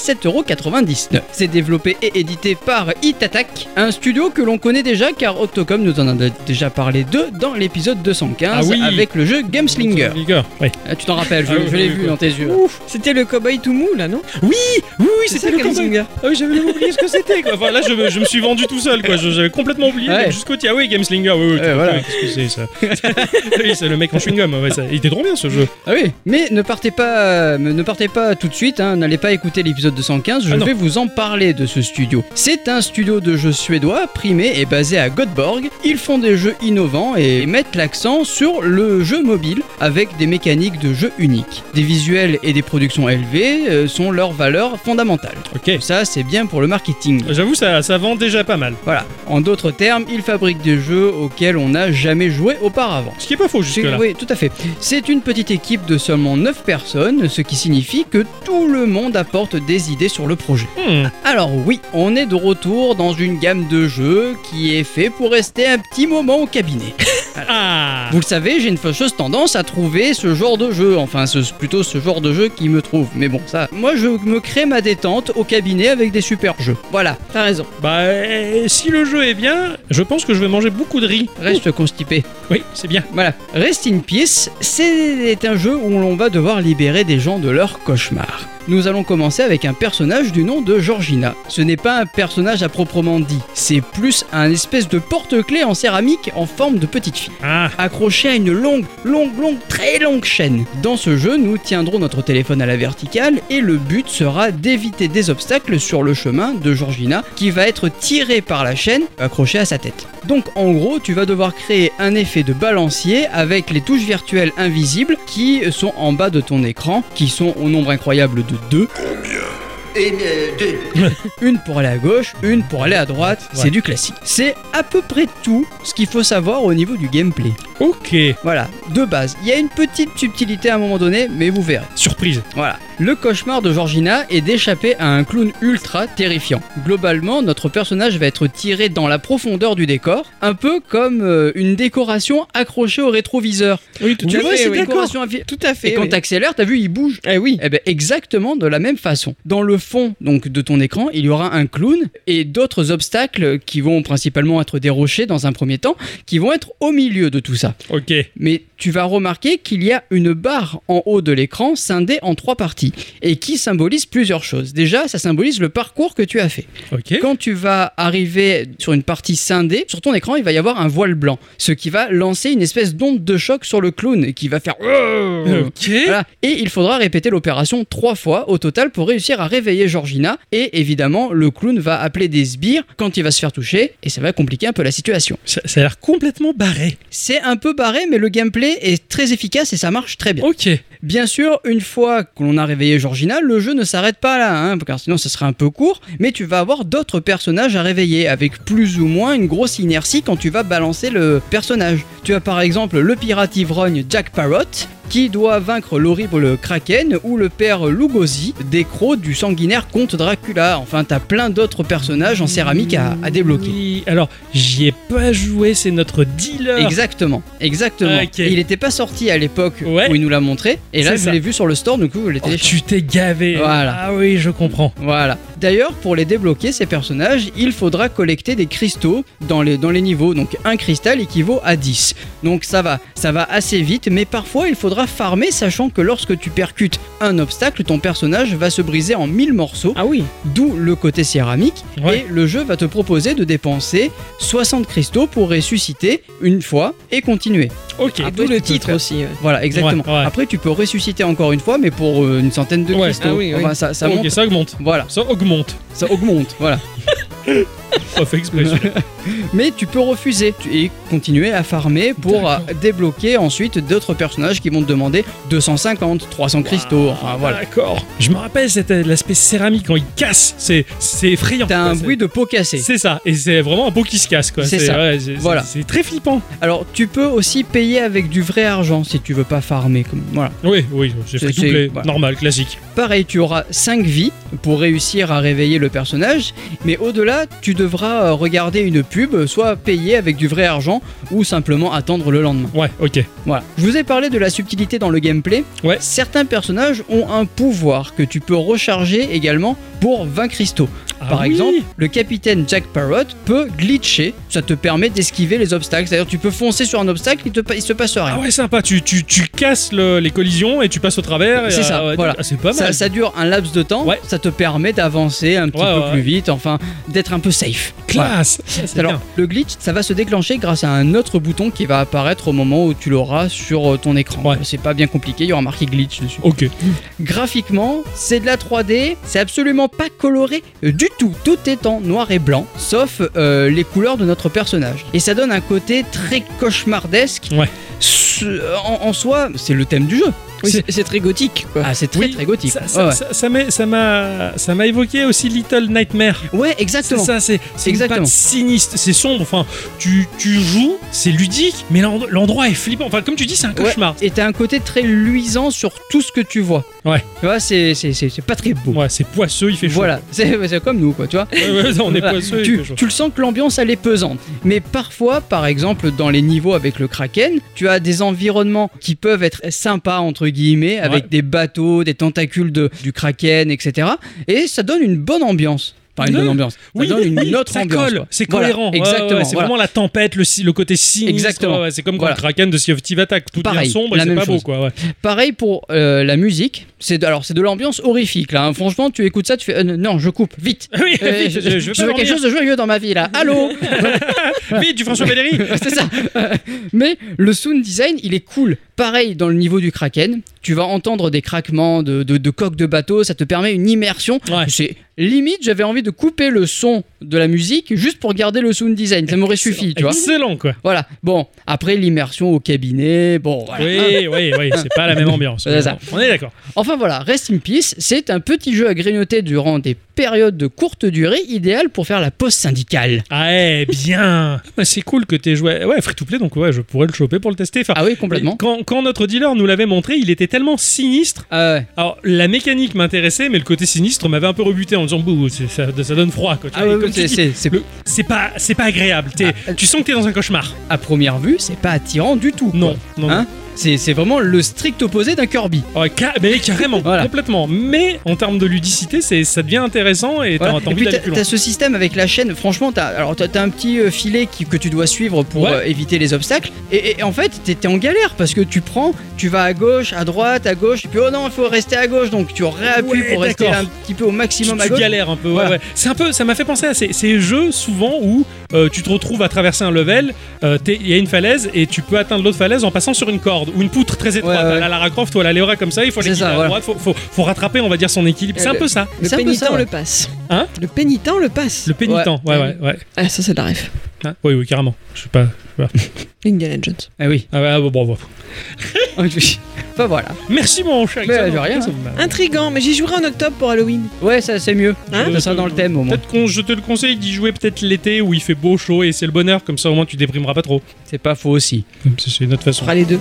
S2: 7,99€. C'est développé et édité par It Attack, un studio que l'on connaît déjà car Octocom nous en a déjà parlé d'eux dans l'épisode 215
S1: Ah oui.
S2: avec le jeu Gameslinger.
S1: Linger, oui.
S2: Ah, tu t'en rappelles, je,
S1: Ah oui,
S2: je l'ai
S1: oui,
S2: vu
S1: oui.
S2: dans tes yeux.
S3: Ouf, c'était le cowboy tout mou là, non
S1: Oui, oui, oui,
S3: C'est
S1: c'était
S3: ça,
S1: le
S3: Gameslinger.
S1: Gameslinger. Ah oui, j'avais même oublié ce que c'était. quoi. Enfin, là, je me, je me suis vendu tout seul, quoi. Je- J'avais complètement oublié.
S2: Ouais.
S1: donc Jusqu'au tiens, ah oui, Gameslinger, oui, oui.
S2: Ouais,
S1: tout-
S2: voilà.
S1: oui, Qu'est-ce que c'est ça Oui, c'est le mec en chewing-gum. Ouais, ça- il était trop bien ce jeu.
S2: Ah oui. Mais ne partez pas, mais ne partez pas tout de suite, hein, n'allez pas écouter l'épisode 215, je
S1: Ah non.
S2: vais vous en parler de ce studio. C'est un studio de jeux suédois primé et basé à Göteborg. Ils font des jeux innovants et mettent l'accent sur le jeu mobile avec des mécaniques de jeu uniques. Des visuels et des productions élevées euh, sont leurs valeurs fondamentales.
S1: Ok.
S2: Ça, c'est bien pour le marketing.
S1: J'avoue, ça, ça vend déjà pas mal.
S2: Voilà. En d'autres termes, ils fabriquent des jeux auxquels on n'a jamais joué auparavant.
S1: Ce qui est pas faux
S2: C'est-
S1: jusque-là.
S2: Oui, tout à fait. C'est une petite équipe de seulement 9 personnes, ce qui signifie que tout le monde apporte des idées sur le projet.
S1: Hmm.
S2: Alors oui, on est de retour dans une gamme de jeux qui est fait pour rester un petit moment au cabinet.
S1: Ah
S2: Vous le savez, j'ai une fâcheuse tendance à trouver ce genre de jeu, enfin ce- plutôt ce genre de jeu qui me trouve. Mais bon, ça, moi je me crée ma détente au cabinet avec des super jeux. Voilà,
S3: T'as raison.
S1: Bah, euh, si le jeu est bien, je pense que je vais manger beaucoup de riz.
S2: reste constipé.
S1: Oui, c'est bien.
S2: Voilà, Rest in Peace, c'est un jeu où l'on va devoir libérer des gens de leur cauchemar. Nous allons commencer avec un personnage du nom de Georgina. Ce n'est pas un personnage à proprement dit, c'est plus un espèce de porte-clé en céramique en forme de petite fille
S1: Ah,
S2: accroché à une longue, longue, longue, très longue chaîne. Dans ce jeu, nous tiendrons notre téléphone à la verticale et le but sera d'éviter des obstacles sur le chemin de Georgina qui va être tiré par la chaîne accrochée à sa tête. Donc en gros, tu vas devoir créer un effet de balancier avec les touches virtuelles invisibles qui sont en bas de ton écran, qui sont au nombre incroyable de deux.
S4: Et euh, deux.
S2: Une pour aller à gauche, une pour aller à droite,
S1: Ouais.
S2: c'est du classique. C'est à peu près tout ce qu'il faut savoir au niveau du gameplay.
S1: ok.
S2: Voilà, de base. Il y a une petite subtilité à un moment donné, mais vous verrez.
S1: Surprise.
S2: Voilà. Le cauchemar de Georgina est d'échapper à un clown ultra terrifiant. Globalement, notre personnage va être tiré dans la profondeur du décor, un peu comme euh, une décoration accrochée au rétroviseur.
S3: Oui,
S2: tu vois, c'est
S3: oui.
S2: décoration à vie-
S3: Tout à fait.
S2: Et quand
S3: oui.
S2: t'accélères, t'as vu, il bouge.
S3: Eh oui.
S2: Eh ben exactement de la même façon. Dans le fond donc de ton écran, il y aura un clown et d'autres obstacles qui vont principalement être des rochers dans un premier temps, qui vont être au milieu de tout ça.
S1: Ok.
S2: Mais tu vas remarquer qu'il y a une barre en haut de l'écran scindée en trois parties et qui symbolise plusieurs choses. Déjà, ça symbolise le parcours que tu as fait.
S1: Ok.
S2: Quand tu vas arriver sur une partie scindée, sur ton écran, il va y avoir un voile blanc, ce qui va lancer une espèce d'onde de choc sur le clown et qui va faire
S1: Ok.
S2: voilà. Et il faudra répéter l'opération trois fois au total pour réussir à réveiller Georgina. Et évidemment, le clown va appeler des sbires quand il va se faire toucher et ça va compliquer un peu la situation.
S1: Ça, ça a l'air complètement barré.
S2: C'est un peu barré, mais le gameplay est très efficace et ça marche très bien.
S1: Ok.
S2: Bien sûr, une fois que l'on a réveillé Georgina, le jeu ne s'arrête pas là, hein, car sinon ça serait un peu court, mais tu vas avoir d'autres personnages à réveiller, avec plus ou moins une grosse inertie quand tu vas balancer le personnage. Tu as par exemple le pirate ivrogne Jack Parrot, qui doit vaincre l'horrible Kraken, ou le père Lugosi, des crocs du sanguinaire comte Dracula. Enfin, t'as plein d'autres personnages en céramique à, à débloquer.
S1: Oui, alors, j'y ai pas joué, c'est notre dealer.
S2: Exactement, exactement.
S1: Ok.
S2: Et Il n'était pas sorti à l'époque
S1: Ouais.
S2: où il nous l'a montré, et là
S1: C'est
S2: je
S1: ça.
S2: l'ai vu sur le store, du coup je l'ai
S1: Oh,
S2: téléchargé.
S1: tu t'es gavé.
S2: Voilà.
S1: Ah oui, je comprends.
S2: Voilà. D'ailleurs, pour les débloquer, ces personnages, il faudra collecter des cristaux dans les, dans les niveaux. Donc un cristal équivaut à 10. Donc ça va, ça va assez vite, mais parfois il faudra farmer, sachant que lorsque tu percutes un obstacle, ton personnage va se briser en 1000 morceaux,
S3: Ah oui.
S2: d'où le côté céramique.
S1: Ouais.
S2: Et le jeu va te proposer de dépenser 60 cristaux pour ressusciter une fois et continuer.
S1: Ok.
S2: Ah,
S3: D'où
S2: tu
S3: le
S2: peux
S3: titre
S2: faire.
S3: aussi. ouais.
S2: Voilà, exactement.
S1: Ouais, ouais.
S2: Après, tu peux ressusciter encore une fois, mais pour euh, une centaine de
S1: Ouais.
S2: cristaux.
S3: Ah oui, oui.
S2: Enfin, ça, ça
S1: ok,
S2: monte.
S1: ça augmente.
S2: Voilà,
S1: Ça augmente.
S2: ça augmente. Voilà.
S1: Pas fait exprès. celui-là.
S2: [LAUGHS] Mais tu peux refuser tu- et continuer à farmer pour
S1: D'accord.
S2: euh, débloquer ensuite d'autres personnages qui vont te demander 250, 300 cristaux. Enfin Ah, voilà.
S1: D'accord. Je me rappelle, c'était l'aspect céramique quand il casse. C'est, c'est effrayant.
S2: T'as un
S1: quoi, c'est-
S2: bruit de pot cassé.
S1: C'est ça. Et c'est vraiment un pot qui se casse, quoi.
S2: C'est ça.
S1: ouais, c'est-
S2: Voilà.
S1: C'est, c'est très flippant.
S2: Alors tu peux aussi payer avec du vrai argent si tu veux pas farmer. Comme... Voilà.
S1: Oui, oui, j'ai
S2: C'est-
S1: free to
S2: c'est-
S1: play.
S2: voilà.
S1: Normal, classique.
S2: Pareil, tu auras 5 vies pour réussir à réveiller le personnage, mais au-delà, tu devras euh, regarder une pub, soit payer avec du vrai argent, ou simplement attendre le lendemain.
S1: Ouais, ok.
S2: Voilà. Je vous ai parlé de la subtilité dans le gameplay.
S1: Ouais.
S2: Certains personnages ont un pouvoir que tu peux recharger également pour 20 cristaux.
S1: Ah
S2: Par
S1: oui.
S2: exemple, le capitaine Jack Parrot peut glitcher. Ça te permet d'esquiver les obstacles. C'est-à-dire tu peux foncer sur un obstacle, il, te, pa- il se passe rien.
S1: Ah ouais, sympa. Tu, tu, tu casses le- les collisions et tu passes au travers. et,
S2: C'est ça,
S1: ah ouais,
S2: voilà.
S1: ah, C'est pas
S2: ça,
S1: mal.
S2: ça dure un laps de temps,
S1: Ouais.
S2: ça te permet d'avancer un petit
S1: Ouais,
S2: peu
S1: ouais,
S2: plus
S1: ouais.
S2: vite, enfin d'être un peu safe. Voilà.
S1: Classe. Ah, c'est
S2: Alors
S1: bien.
S2: le glitch, ça va se déclencher grâce à un autre bouton qui va apparaître au moment où tu l'auras sur euh, ton écran.
S1: Ouais.
S2: C'est pas bien compliqué, il y aura marqué glitch dessus.
S1: Ok.
S2: Graphiquement, c'est de la 3D, c'est absolument pas coloré euh, du tout. Tout est en noir et blanc, sauf euh, les couleurs de notre personnage. Et ça donne un côté très cauchemardesque.
S1: Ouais.
S2: Ce- en, en soi, c'est le thème du jeu.
S3: Oui,
S2: C'est-
S3: c'est c'est très gothique, quoi.
S2: Ah, c'est très
S1: Oui,
S2: très gothique.
S1: Ça, ça-
S2: Ouais, ouais.
S1: ça- ça m'est- ça m'a, ça m'a évoqué aussi Little Nightmare.
S2: Ouais,
S1: C'est
S2: exactement.
S1: ça, c'est c'est une
S2: Exactement.
S1: patte sinistre, c'est sombre. Enfin, tu, tu joues, c'est ludique, mais l'end- l'endroit est flippant. Enfin, comme tu dis, c'est un
S2: Ouais,
S1: cauchemar.
S2: Et t'as un côté très luisant sur tout ce que tu vois.
S1: Ouais.
S2: Tu vois, c'est c'est- c'est- c'est pas très beau.
S1: Ouais, c'est poisseux, il fait chaud.
S2: Voilà, c'est c'est comme nous, quoi, tu vois.
S1: Ouais, ouais, [LAUGHS] on est
S2: Voilà.
S1: poisseux, il
S2: tu,
S1: fait chaud.
S2: tu le sens que l'ambiance elle est pesante. Mais parfois, par exemple, dans les niveaux avec le Kraken, tu as des environnements qui peuvent être sympas, entre guillemets, avec
S1: Ouais.
S2: des bateaux, des tentacules de, du Kraken, etc. Et ça donne une bonne ambiance. Enfin, une
S1: Ouais.
S2: bonne ambiance. Ça
S1: Oui,
S2: donne une
S1: oui, [LAUGHS]
S2: autre
S1: ça
S2: ambiance.
S1: colle,
S2: quoi.
S1: c'est
S2: Voilà,
S1: cohérent. Ouais,
S2: exactement.
S1: ouais, c'est
S2: voilà.
S1: vraiment la tempête, le, si- le côté sinistre.
S2: Exactement.
S1: ouais, c'est comme quand
S2: Voilà.
S1: le Kraken de Sea of Thieves attaque. Tout
S2: Pareil,
S1: bien sombre, et
S2: la
S1: c'est
S2: même
S1: pas beau,
S2: chose.
S1: quoi. ouais. [LAUGHS]
S2: Pareil pour euh, la musique. C'est de, alors, c'est de l'ambiance horrifique, là. hein. Franchement, tu écoutes ça, tu fais euh, non, je coupe,
S1: [LAUGHS]
S2: vite.
S1: Oui,
S2: Euh,
S1: je, je- je veux pas
S2: quelque
S1: dormir.
S2: chose de joyeux dans ma vie, là. Allô
S1: Vite, du François
S2: [LAUGHS]
S1: Valéry.
S2: c'est ça. Mais le sound design, il est cool. Pareil, dans le niveau du kraken, tu vas entendre des craquements de, de, de coques de bateau, ça te permet une immersion.
S1: Ouais.
S2: C'est limite, j'avais envie de couper le son de la musique juste pour garder le sound design. Ça m'aurait suffi, tu vois.
S1: Excellent, quoi.
S2: Voilà. Bon, après l'immersion au cabinet, bon. Voilà.
S1: Oui, oui, oui, c'est pas la même ambiance.
S2: [LAUGHS] C'est ça.
S1: On est d'accord.
S2: Enfin voilà, Rest in Peace, c'est un petit jeu à grignoter durant des périodes de courte durée, idéal pour faire la
S1: [LAUGHS]
S2: pause syndicale.
S1: Ah, eh, bien. Mais C'est cool que t'aies joué. Ouais, free to play, donc ouais, je pourrais le choper pour le tester. Enfin,
S2: Ah oui, complètement.
S1: Quand, quand notre dealer nous l'avait montré, il était tellement sinistre.
S2: Ah ouais.
S1: Alors, la mécanique m'intéressait, mais le côté sinistre m'avait un peu rebuté en disant Bouh, c'est- ça, ça donne froid. Quoi. Tu
S2: Ah
S1: vois,
S2: ouais,
S1: et comme tu
S2: c'est-
S1: dis,
S2: c'est c'est-
S1: le- c'est pas, c'est pas agréable. T'es-
S2: Ah, euh,
S1: tu sens que t'es dans un cauchemar.
S2: à première vue, c'est pas attirant du tout. quoi.
S1: Non, non, non.
S2: Hein C'est c'est vraiment le strict opposé d'un Kirby.
S1: Ouais, ca- mais carrément,
S2: Voilà.
S1: complètement. Mais en termes de ludicité, c'est, ça devient intéressant et t'as,
S2: Voilà.
S1: t'as
S2: Et
S1: envie
S2: puis
S1: d'aller
S2: t'as
S1: plus loin.
S2: t'as ce système avec la chaîne. Franchement, t'as alors t'as t'as un petit euh, filet qui- que tu dois suivre pour
S1: Ouais.
S2: euh, éviter les obstacles. Et, et en fait, t'es t'es en galère parce que tu prends, tu vas à gauche, à droite, à gauche. Et puis oh non, il faut rester à gauche, donc tu réappuies
S1: Ouais,
S2: pour rester
S1: d'accord.
S2: un petit peu au maximum
S1: tu,
S2: à
S1: tu
S2: gauche.
S1: galères un peu. ouais,
S2: Voilà.
S1: ouais. C'est un peu, ça m'a fait penser à ces, ces jeux souvent où euh, tu te retrouves à traverser un level, euh, t'es- il y a une falaise et tu peux atteindre l'autre falaise en passant sur une corde ou une poutre très étroite.
S2: Ouais, ouais.
S1: À la Lara Croft ou à la Léora comme ça, il faut
S2: C'est
S1: aller
S2: ça,
S1: à
S2: voilà.
S1: droite, faut, faut- faut rattraper, on va dire, son équilibre.
S3: Et
S1: C'est un
S3: le-
S1: peu ça.
S3: Le
S2: C'est un peu
S3: pénitent
S2: ça, ouais.
S3: le passe.
S1: Hein
S3: Le pénitent le passe.
S1: Le pénitent. Ouais, ouais, ouais.
S3: Ah, ça, c'est de la ref.
S1: Hein oui, oui, carrément. Je sais pas.
S3: Indiana Jones.
S2: Ah oui.
S1: Ah, ouais, ah, bon, bon, bon.
S2: enfin voilà.
S1: Merci, mon cher.
S2: Mais,
S1: Alexandre.
S2: de rien.
S1: Ça m'a-
S3: Intrigant, mais j'y jouerai en octobre pour Halloween.
S2: Ouais, ça c'est mieux.
S3: Hein
S2: ça sera dans le thème au moins.
S1: Peut-être qu'on, je te le conseille d'y jouer peut-être l'été où il fait beau, chaud et c'est le bonheur. Comme ça, au moins, tu déprimeras pas trop.
S2: C'est pas faux aussi.
S1: C'est c'est une autre
S3: On
S1: façon.
S3: fera les deux.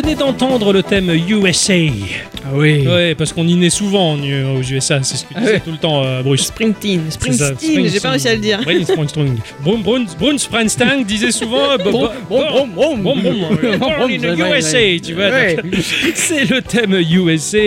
S1: venez d'entendre le thème USA.
S2: Ah oui.
S1: Ouais, parce qu'on y est souvent en- euh, aux USA, c'est ce que tu
S2: Ah
S1: disais
S2: ouais.
S1: tout le temps, euh, Bruce.
S3: Springsteen.
S1: C'est ça,
S3: Springsteen, j'ai pas réussi à le dire.
S1: Bruce Springsteen. Bruce- Bruce- Bruce Springsteen disait
S3: [LAUGHS]
S1: souvent. euh, bo- bo-
S2: Bon, bon,
S1: Bon,
S2: bon,
S1: bon, bon, born in the USA, tu vois.
S2: Ouais.
S1: donc, C'est le thème USA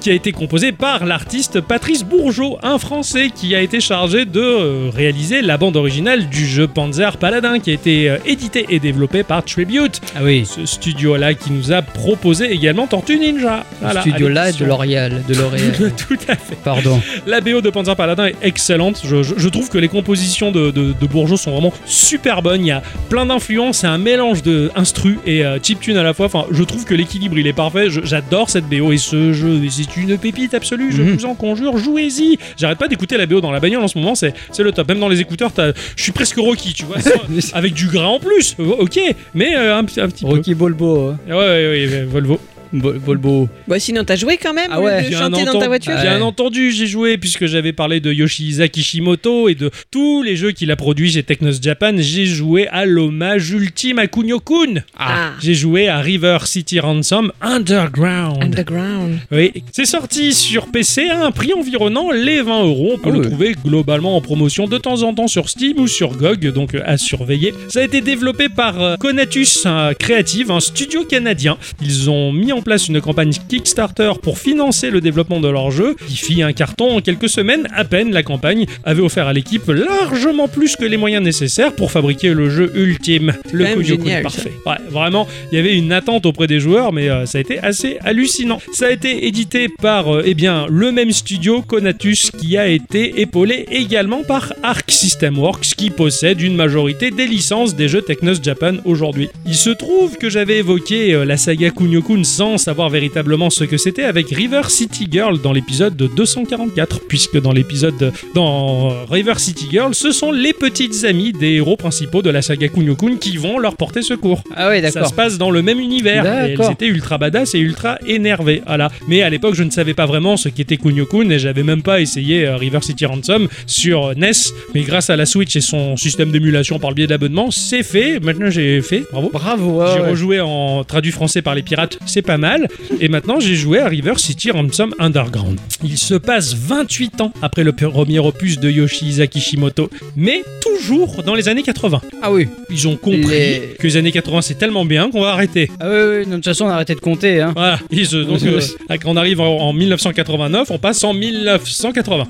S1: qui a été composé par l'artiste Patrice Bourgeot, un Français qui a été chargé de euh, réaliser la bande originale du jeu Panzer Paladin qui a été euh, édité et développé par Tribute,
S2: Ah oui.
S1: ce studio-là qui nous a proposé également Tortue Ninja. Voilà, à
S2: Studio là de
S1: l'édition.
S2: L'Oréal, de L'Oréal.
S1: [LAUGHS] Tout à fait.
S2: [LAUGHS] Pardon.
S1: La BO de Panzer Paladin est excellente. Je, je- je trouve que les compositions de, de, de Bourgeot sont vraiment super bonnes. Il y a plein d'influences, c'est un mélange de instru et euh, chiptune à la fois. Enfin, je trouve que l'équilibre il est parfait. Je- J'adore cette BO et ce jeu. Et C'est une pépite absolue. Je
S2: Mhm.
S1: vous en conjure, jouez-y. J'arrête pas d'écouter la BO dans la bagnole en ce moment. C'est c'est le top. Même dans les écouteurs, t'as- je suis presque Rocky, tu
S2: [LAUGHS]
S1: vois, sans- avec du grain en plus. Ok, mais euh, un, p- un petit
S2: Rocky Bolbo. hein.
S1: peu. Ouais, ouais, ouais, Volvo.
S2: Bol- Bolbo.
S3: Bon, Bah, sinon, t'as joué quand même
S2: Ah
S3: au lieu
S2: ouais.
S3: de
S1: Bien
S3: chanter dans ta
S1: entendu.
S3: voiture
S2: Ah.
S1: Bien
S2: Ouais.
S1: entendu, j'ai joué puisque j'avais parlé de Yoshihisa Kishimoto et de tous les jeux qu'il a produits chez Technos Japan. J'ai joué à l'hommage ultime à Kunio-kun.
S3: Ah.
S1: J'ai joué à River City Ransom Underground.
S3: Underground.
S1: Oui, c'est sorti sur PC à un prix environnant les 20 euros. On peut
S2: Ah
S1: le
S2: ouais.
S1: trouver globalement en promotion de temps en temps sur Steam ou sur GOG, donc euh, à surveiller. Ça a été développé par euh, Conatus euh, Creative, un studio canadien. Ils ont mis en place une campagne Kickstarter pour financer le développement de leur jeu, qui fit un carton en quelques semaines à peine. La campagne avait offert à l'équipe largement plus que les moyens nécessaires pour fabriquer le jeu ultime. Le
S3: quand même
S1: Kunio-kun
S3: génial, ça.
S1: parfait fait. Ouais, vraiment, il y avait une attente auprès des joueurs, mais euh, ça a été assez hallucinant. Ça a été édité par euh, eh bien, le même studio, Conatus, qui a été épaulé également par Arc System Works, qui possède une majorité des licences des jeux Technos Japan aujourd'hui. Il se trouve que j'avais évoqué euh, la saga Kunio-kun sans savoir véritablement ce que c'était avec River City Girl dans l'épisode de 244, puisque dans l'épisode dans euh, River City Girl, ce sont les petites amies des héros principaux de la saga Kunio-kun qui vont leur porter secours.
S2: Ah ouais,
S1: Ça
S2: d'accord.
S1: se passe dans le même univers. Et elles
S2: D'accord.
S1: étaient ultra badass et ultra énervées. Voilà. Mais à l'époque, je ne savais pas vraiment ce qu'était Kunio-kun et j'avais même pas essayé euh, River City Ransom sur euh, NES. Mais grâce à la Switch et son système d'émulation par le biais d'abonnement, c'est fait. Maintenant, j'ai fait. Bravo.
S2: Bravo. ah
S1: J'ai
S2: ouais.
S1: rejoué en traduit français par les pirates, c'est pas mal. Et maintenant, j'ai joué à River City Ransom Underground. Il se passe 28 ans après le premier opus de Yoshihisa Kishimoto, mais toujours dans les années 80.
S2: Ah oui.
S1: Ils ont compris
S2: Les-
S1: que les années 80 c'est tellement bien qu'on va arrêter.
S2: Ah oui, oui. non, De toute façon, on a arrêté de compter. Hein.
S1: Voilà. Et ce-
S2: [LAUGHS]
S1: donc, euh, quand on arrive en, en 1989, on passe en 1980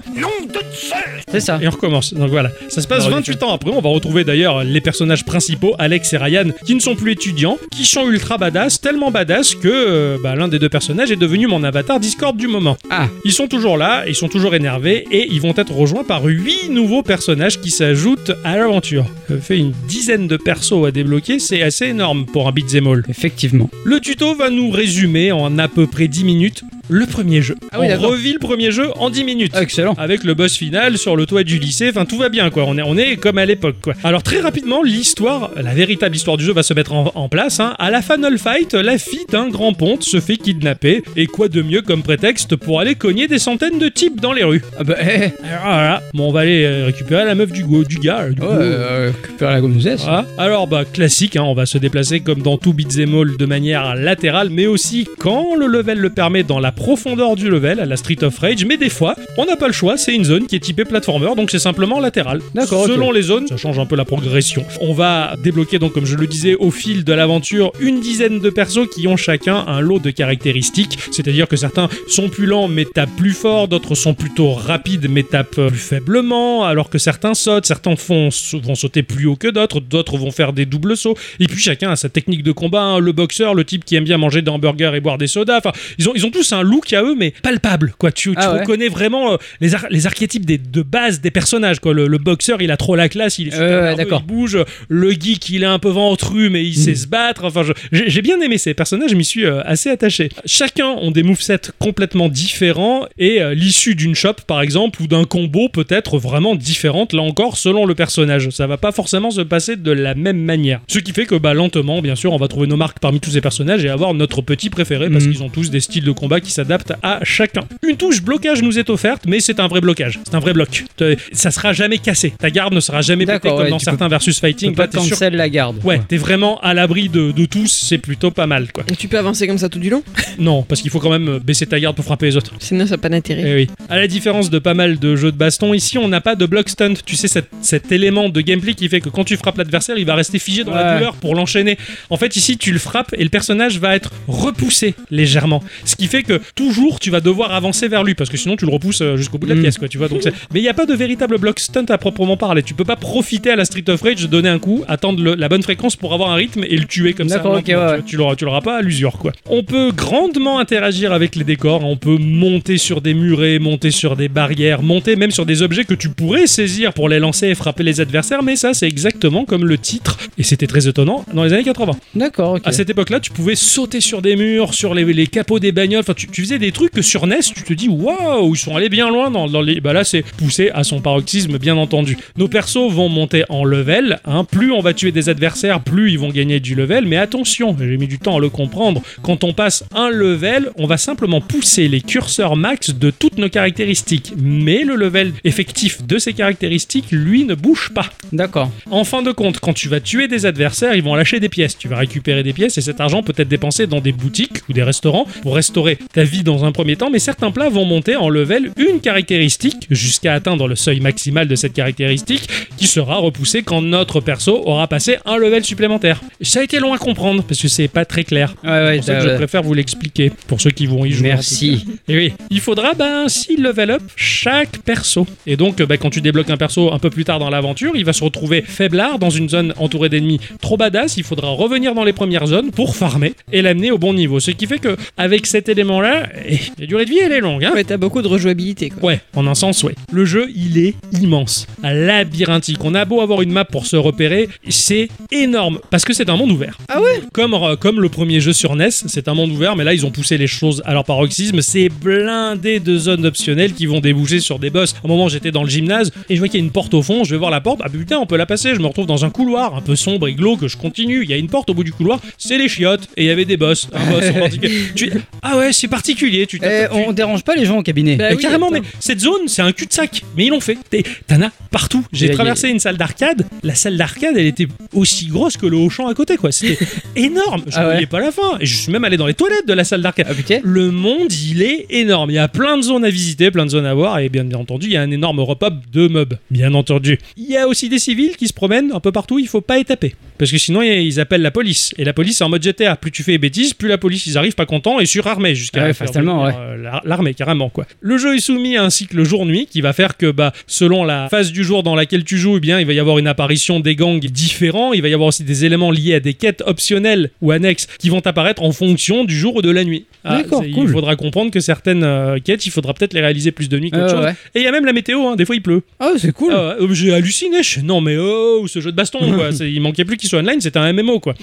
S2: C'est ça.
S1: et on recommence. Donc voilà, ça se passe
S2: Alors,
S1: 28 ans après. On va retrouver d'ailleurs les personnages principaux, Alex et Ryan, qui ne sont plus étudiants, qui sont ultra badass, tellement badass que euh, bah, l'un des deux personnages est devenu mon avatar Discord du moment.
S2: Ah.
S1: Ils sont toujours là, ils sont toujours énervés et ils vont être rejoints par huit nouveaux personnages qui s'ajoutent à l'aventure. Ça fait une dizaine de persos à débloquer, c'est assez énorme pour un beat'em all.
S2: Effectivement.
S1: Le tuto va nous résumer en à peu près 10 minutes le premier jeu.
S2: Ah oui,
S1: on
S2: d'accord.
S1: revit le premier jeu en 10 minutes.
S2: Ah, excellent.
S1: Avec le boss final sur le toit du lycée, enfin tout va bien quoi, on est, on est comme à l'époque quoi. Alors très rapidement, l'histoire, la véritable histoire du jeu va se mettre en, en place. hein. À la Final Fight, la fille d'un grand ponte se fait kidnapper, et quoi de mieux comme prétexte pour aller cogner des centaines de types dans les rues.
S2: Ah bah, eh,
S1: Alors voilà, bon on va aller euh, récupérer la meuf du, go- du gars. euh, du
S2: ouais,
S1: go-
S2: euh, récupère la gonzesse.
S1: ah, alors, bah, classique, hein, on va se déplacer comme dans tout beat'em all de manière latérale, mais aussi quand le level le permet dans la profondeur du level, à la Street of Rage, mais des fois, on n'a pas le choix, c'est une zone qui est typée platformer, donc c'est simplement latéral.
S2: D'accord, ok.
S1: Selon les zones, ça change un peu la progression. On va débloquer, donc, comme je le disais, au fil de l'aventure, une dizaine de persos qui ont chacun un lot de caractéristiques, c'est-à-dire que certains sont plus lents mais tapent plus fort, d'autres sont plutôt rapides mais tapent euh, plus faiblement, alors que certains sautent, certains font, vont sauter plus haut que d'autres, d'autres vont faire des doubles sauts, et puis chacun a sa technique de combat, hein. le boxeur, le type qui aime bien manger des hamburgers et boire des sodas, enfin, ils ont, ils ont tous un look à eux mais palpable, quoi, tu, tu
S2: Ah ouais.
S1: reconnais vraiment euh, les, ar- les archétypes des, de base des personnages, quoi, le, le boxeur il a trop la classe, il est super
S2: Euh, ouais,
S1: nerveux,
S2: d'accord.
S1: il bouge, le geek il est un peu ventru mais il sait
S2: Hmm.
S1: se battre, enfin, je- j'ai j'ai bien aimé ces personnages, je m'y suis euh, assez attaché. Chacun ont des movesets complètement différents et euh, l'issue d'une chope par exemple ou d'un combo peut être vraiment différente là encore selon le personnage. Ça va pas forcément se passer de la même manière. Ce qui fait que bah lentement bien sûr on va trouver nos marques parmi tous ces personnages et avoir notre petit préféré parce
S2: Mhm.
S1: qu'ils ont tous des styles de combat qui s'adapte à chacun. Une touche blocage nous est offerte, mais c'est un vrai blocage. C'est un vrai bloc. Te- Ça sera jamais cassé. Ta garde ne sera jamais pétée
S2: D'accord,
S1: comme
S2: ouais,
S1: dans
S2: tu peux-
S1: certains versus
S2: Tu peux
S1: fighting.
S2: pas
S1: Là, t'es sûr.
S2: cancel la garde.
S1: Ouais, t'es vraiment à l'abri de, de tous, c'est plutôt pas mal quoi.
S3: Et tu peux avancer comme ça tout du long
S1: Non, parce qu'il faut quand même euh, baisser ta garde pour frapper les autres.
S3: Sinon, ça n'a pas d'intérêt.
S1: Eh oui. À la différence de pas mal de jeux de baston, ici on n'a pas de block stunt. Tu sais, cet, cet élément de gameplay qui fait que quand tu frappes l'adversaire, il va rester figé dans la
S2: Ouais.
S1: douleur pour l'enchaîner. En fait, ici tu le frappes et le personnage va être repoussé légèrement. Ce qui fait que toujours tu vas devoir avancer vers lui parce que sinon tu le repousses euh, jusqu'au bout de la
S2: Mm.
S1: pièce, quoi, tu vois. Donc c'est- Mais il n'y a pas de véritable block stunt à proprement parler. Tu peux pas profiter à la Street of Rage de donner un coup, attendre le- la bonne fréquence pour avoir un rythme et le tuer comme ça.
S2: D'accord, ok,
S1: lentement,
S2: ouais,
S1: tu
S2: ouais.
S1: vois. Tu l'auras, tu l'auras pas à l'usure, quoi. On peut grandement interagir avec les décors. On peut monter sur des murets, monter sur des barrières, monter même sur des objets que tu pourrais saisir pour les lancer et frapper les adversaires. Mais ça, c'est exactement comme le titre. Et c'était très étonnant dans les années 80.
S2: D'accord, ok.
S1: À cette époque-là, tu pouvais sauter sur des murs, sur les, les capots des bagnoles. Enfin, tu, tu faisais des trucs que sur NES, tu te dis waouh, ils sont allés bien loin dans, dans les. Bah là, c'est poussé à son paroxysme, bien entendu. Nos persos vont monter en level. hein. Plus on va tuer des adversaires, plus ils vont gagner du level. Mais attention, j'ai mis du temps à le comprendre. Quand on passe un level, on va simplement pousser les curseurs max de toutes nos caractéristiques. Mais le level effectif de ces caractéristiques, lui, ne bouge pas.
S2: D'accord.
S1: En fin de compte, quand tu vas tuer des adversaires, ils vont lâcher des pièces. Tu vas récupérer des pièces et cet argent peut être dépensé dans des boutiques ou des restaurants pour restaurer ta vie dans un premier temps, mais certains plats vont monter en level une caractéristique jusqu'à atteindre le seuil maximal de cette caractéristique qui sera repoussé quand notre perso aura passé un level supplémentaire. Ça a été long à comprendre parce que c'est pas très clair.
S2: Ouais, ouais,
S1: C'est pour ça
S2: t'as-
S1: que je préfère vous l'expliquer pour ceux qui vont y jouer. en tout
S2: Merci.
S1: et oui, il faudra ben si level up chaque perso. Et donc ben, quand tu débloques un perso un peu plus tard dans l'aventure, il va se retrouver faiblard dans une zone entourée d'ennemis trop badass, il faudra revenir dans les premières zones pour farmer et l'amener au bon niveau. Ce qui fait que avec cet élément là, la durée de vie elle est longue hein.
S3: Ouais, t'as beaucoup de rejouabilité quoi.
S1: Ouais, en un sens, ouais. Le jeu, il est immense, labyrinthique. On a beau avoir une map pour se repérer, c'est énorme parce que c'est un monde ouvert.
S3: Ah ouais
S1: Comme, euh, comme le premier jeu sur NES, c'est un monde ouvert, mais là, ils ont poussé les choses à leur paroxysme. C'est blindé de zones optionnelles qui vont déboucher sur des boss. À un moment, j'étais dans le gymnase et je vois qu'il y a une porte au fond. Je vais voir la porte. Ah putain, on peut la passer. Je me retrouve dans un couloir un peu sombre et glauque. que Je continue. Il y a une porte au bout du couloir. C'est les chiottes et il y avait des boss. Un boss en particulier. Tu- Ah ouais, c'est particulier. Tu
S2: Eh,
S1: t'atta- tu-
S2: on dérange pas les gens au cabinet.
S3: Bah
S1: mais
S3: oui,
S1: carrément, mais
S3: attends.
S1: cette zone, c'est un cul-de-sac. Mais ils l'ont fait. T'es- T'en as partout. J'ai
S2: Il y a-
S1: traversé une salle d'arcade. La salle d'arcade, elle était aussi grosse que le Auchan à côté, quoi.
S2: [LAUGHS]
S1: C'était énorme. Je
S2: Ah ouais.
S1: voyais pas la fin. Et je suis même allé dans les toilettes de la salle d'arcade.
S2: Ah putain.
S1: Le monde, il est énorme. Il y a plein de zones à visiter, plein de zones à voir, et bien, bien entendu, il y a un énorme repop de mobs. Bien entendu. Il y a aussi des civils qui se promènent un peu partout, il faut pas les taper. Parce que sinon, ils appellent la police. Et la police, c'est en mode GTA. Plus tu fais des bêtises, plus la police, ils arrivent pas contents et surarmés jusqu'à
S2: Ah Ouais,
S1: faire
S2: fatalement,
S1: venir, euh, l'ar- l'armée, carrément, quoi. Le jeu est soumis à un cycle jour-nuit qui va faire que, bah, selon la phase du jour dans laquelle tu joues, eh bien, il va y avoir une apparition des gangs différents. Il va y avoir aussi des éléments liés à des quêtes optionnelles ou annexes qui vont apparaître en fonction du jour ou de la nuit. Ah,
S2: D'accord,
S1: c'est- Il
S2: cool.
S1: faudra comprendre que certaines euh, quêtes, il faudra peut-être les réaliser plus de nuit qu'autre
S2: Ah
S1: chose.
S2: ouais.
S1: Et il y a même la météo, hein, des fois il pleut.
S2: Ah, c'est cool.
S1: Ah ouais, euh, J'ai halluciné, je- non mais oh, ce jeu de baston, quoi. C'est- il manquait plus qu'il soit online, c'était un MMO. quoi.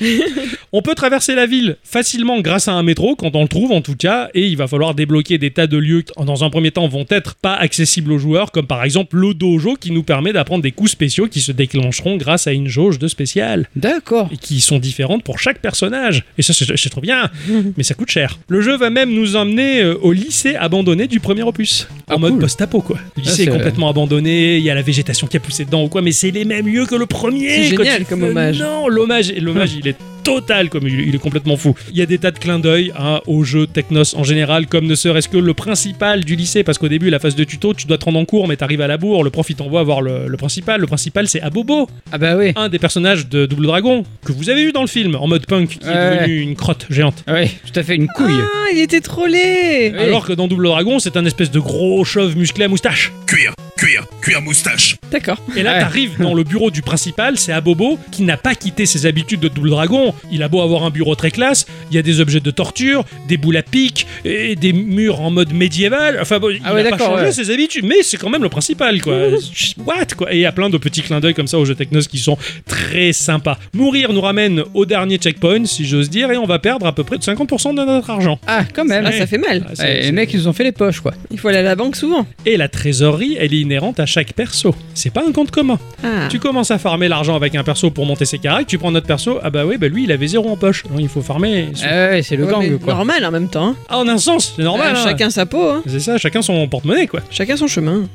S1: on peut traverser la ville facilement grâce à un métro, quand on le trouve en tout cas, et il va falloir débloquer des tas de lieux qui, dans un premier temps, vont être pas accessibles aux joueurs, comme par exemple le dojo qui nous permet d'apprendre des coups spéciaux qui se déclencheront grâce à une jauge de spécial
S2: D'accord.
S1: et qui sont différentes pour chaque personnage. Et ça, c'est c'est trop bien, mais ça coûte cher. Le jeu va même nous emmener euh, au lycée abandonné du premier opus, en
S2: Ah,
S1: mode
S2: cool.
S1: post-apo, quoi. Le
S2: Ah,
S1: lycée est
S2: c'est-
S1: complètement abandonné, il y a la végétation qui a poussé dedans ou quoi, mais c'est les mêmes lieux que le premier.
S3: C'est
S1: quand
S3: génial
S1: tu
S3: comme
S1: fais-
S3: hommage.
S1: Non, l'hommage, et l'hommage, il est total comme il, il est complètement fou. Il y a des tas de clins d'œil hein, au jeu Technos en général, comme ne serait-ce que le principal du lycée, parce qu'au début, la phase de tuto, tu dois te rendre en cours, mais t'arrives à la bourre, le prof il t'envoie voir le, le principal, le principal c'est Abobo
S2: Ah bah oui.
S1: un des personnages de Double Dragon que vous avez vu dans le film en mode punk qui est
S2: Ouais.
S1: devenu une crotte géante.
S2: Ah Ouais, tout à fait une couille.
S3: Ah, il était trollé
S2: Oui.
S1: Alors que dans Double Dragon, c'est un espèce de gros chauve musclé à moustache.
S5: Cuir, cuir, cuir moustache.
S3: D'accord.
S1: Et là,
S2: Ouais.
S1: t'arrives dans le bureau du principal, c'est Abobo qui n'a pas quitté ses habitudes de Double Dragon. Il a beau avoir un bureau très classe, il y a des objets de torture, des boules à pic et des murs en mode médiéval. Enfin, bon,
S2: Ah
S1: il
S2: ouais,
S1: n'a pas
S2: d'accord,
S1: changé
S2: ouais.
S1: ses habitudes, mais c'est quand même le principal, quoi.
S2: [LAUGHS]
S1: What, quoi. Et il y a plein de petits clins d'œil comme ça aux jeux Technos qui sont très sympas. Mourir nous ramène au dernier checkpoint, si j'ose dire, et on va perdre à peu près de 50% de notre argent.
S2: Ah, quand même.
S3: Ah, ça fait mal.
S1: Ah,
S2: Ah,
S1: c'est-
S2: les
S1: c'est-
S2: mecs, ils nous ont fait les poches, quoi.
S3: Il faut aller à la banque souvent.
S1: Et la trésorerie, elle est inhérente à chaque perso. C'est pas un compte commun.
S3: Ah.
S1: Tu commences à farmer l'argent avec un perso pour monter ses caracs, tu prends notre perso, ah bah oui, bah lui lui, il avait zéro en poche. Donc, il faut farmer.
S3: Euh.
S1: son-
S2: Ah ouais, c'est le
S3: Ouais, mais
S2: gang, quoi.
S3: Normal en même temps. hein.
S1: Ah, en un sens, c'est normal.
S3: Euh,
S1: hein.
S3: Chacun sa peau, hein.
S1: C'est ça, chacun son porte-monnaie, quoi.
S3: chacun son chemin.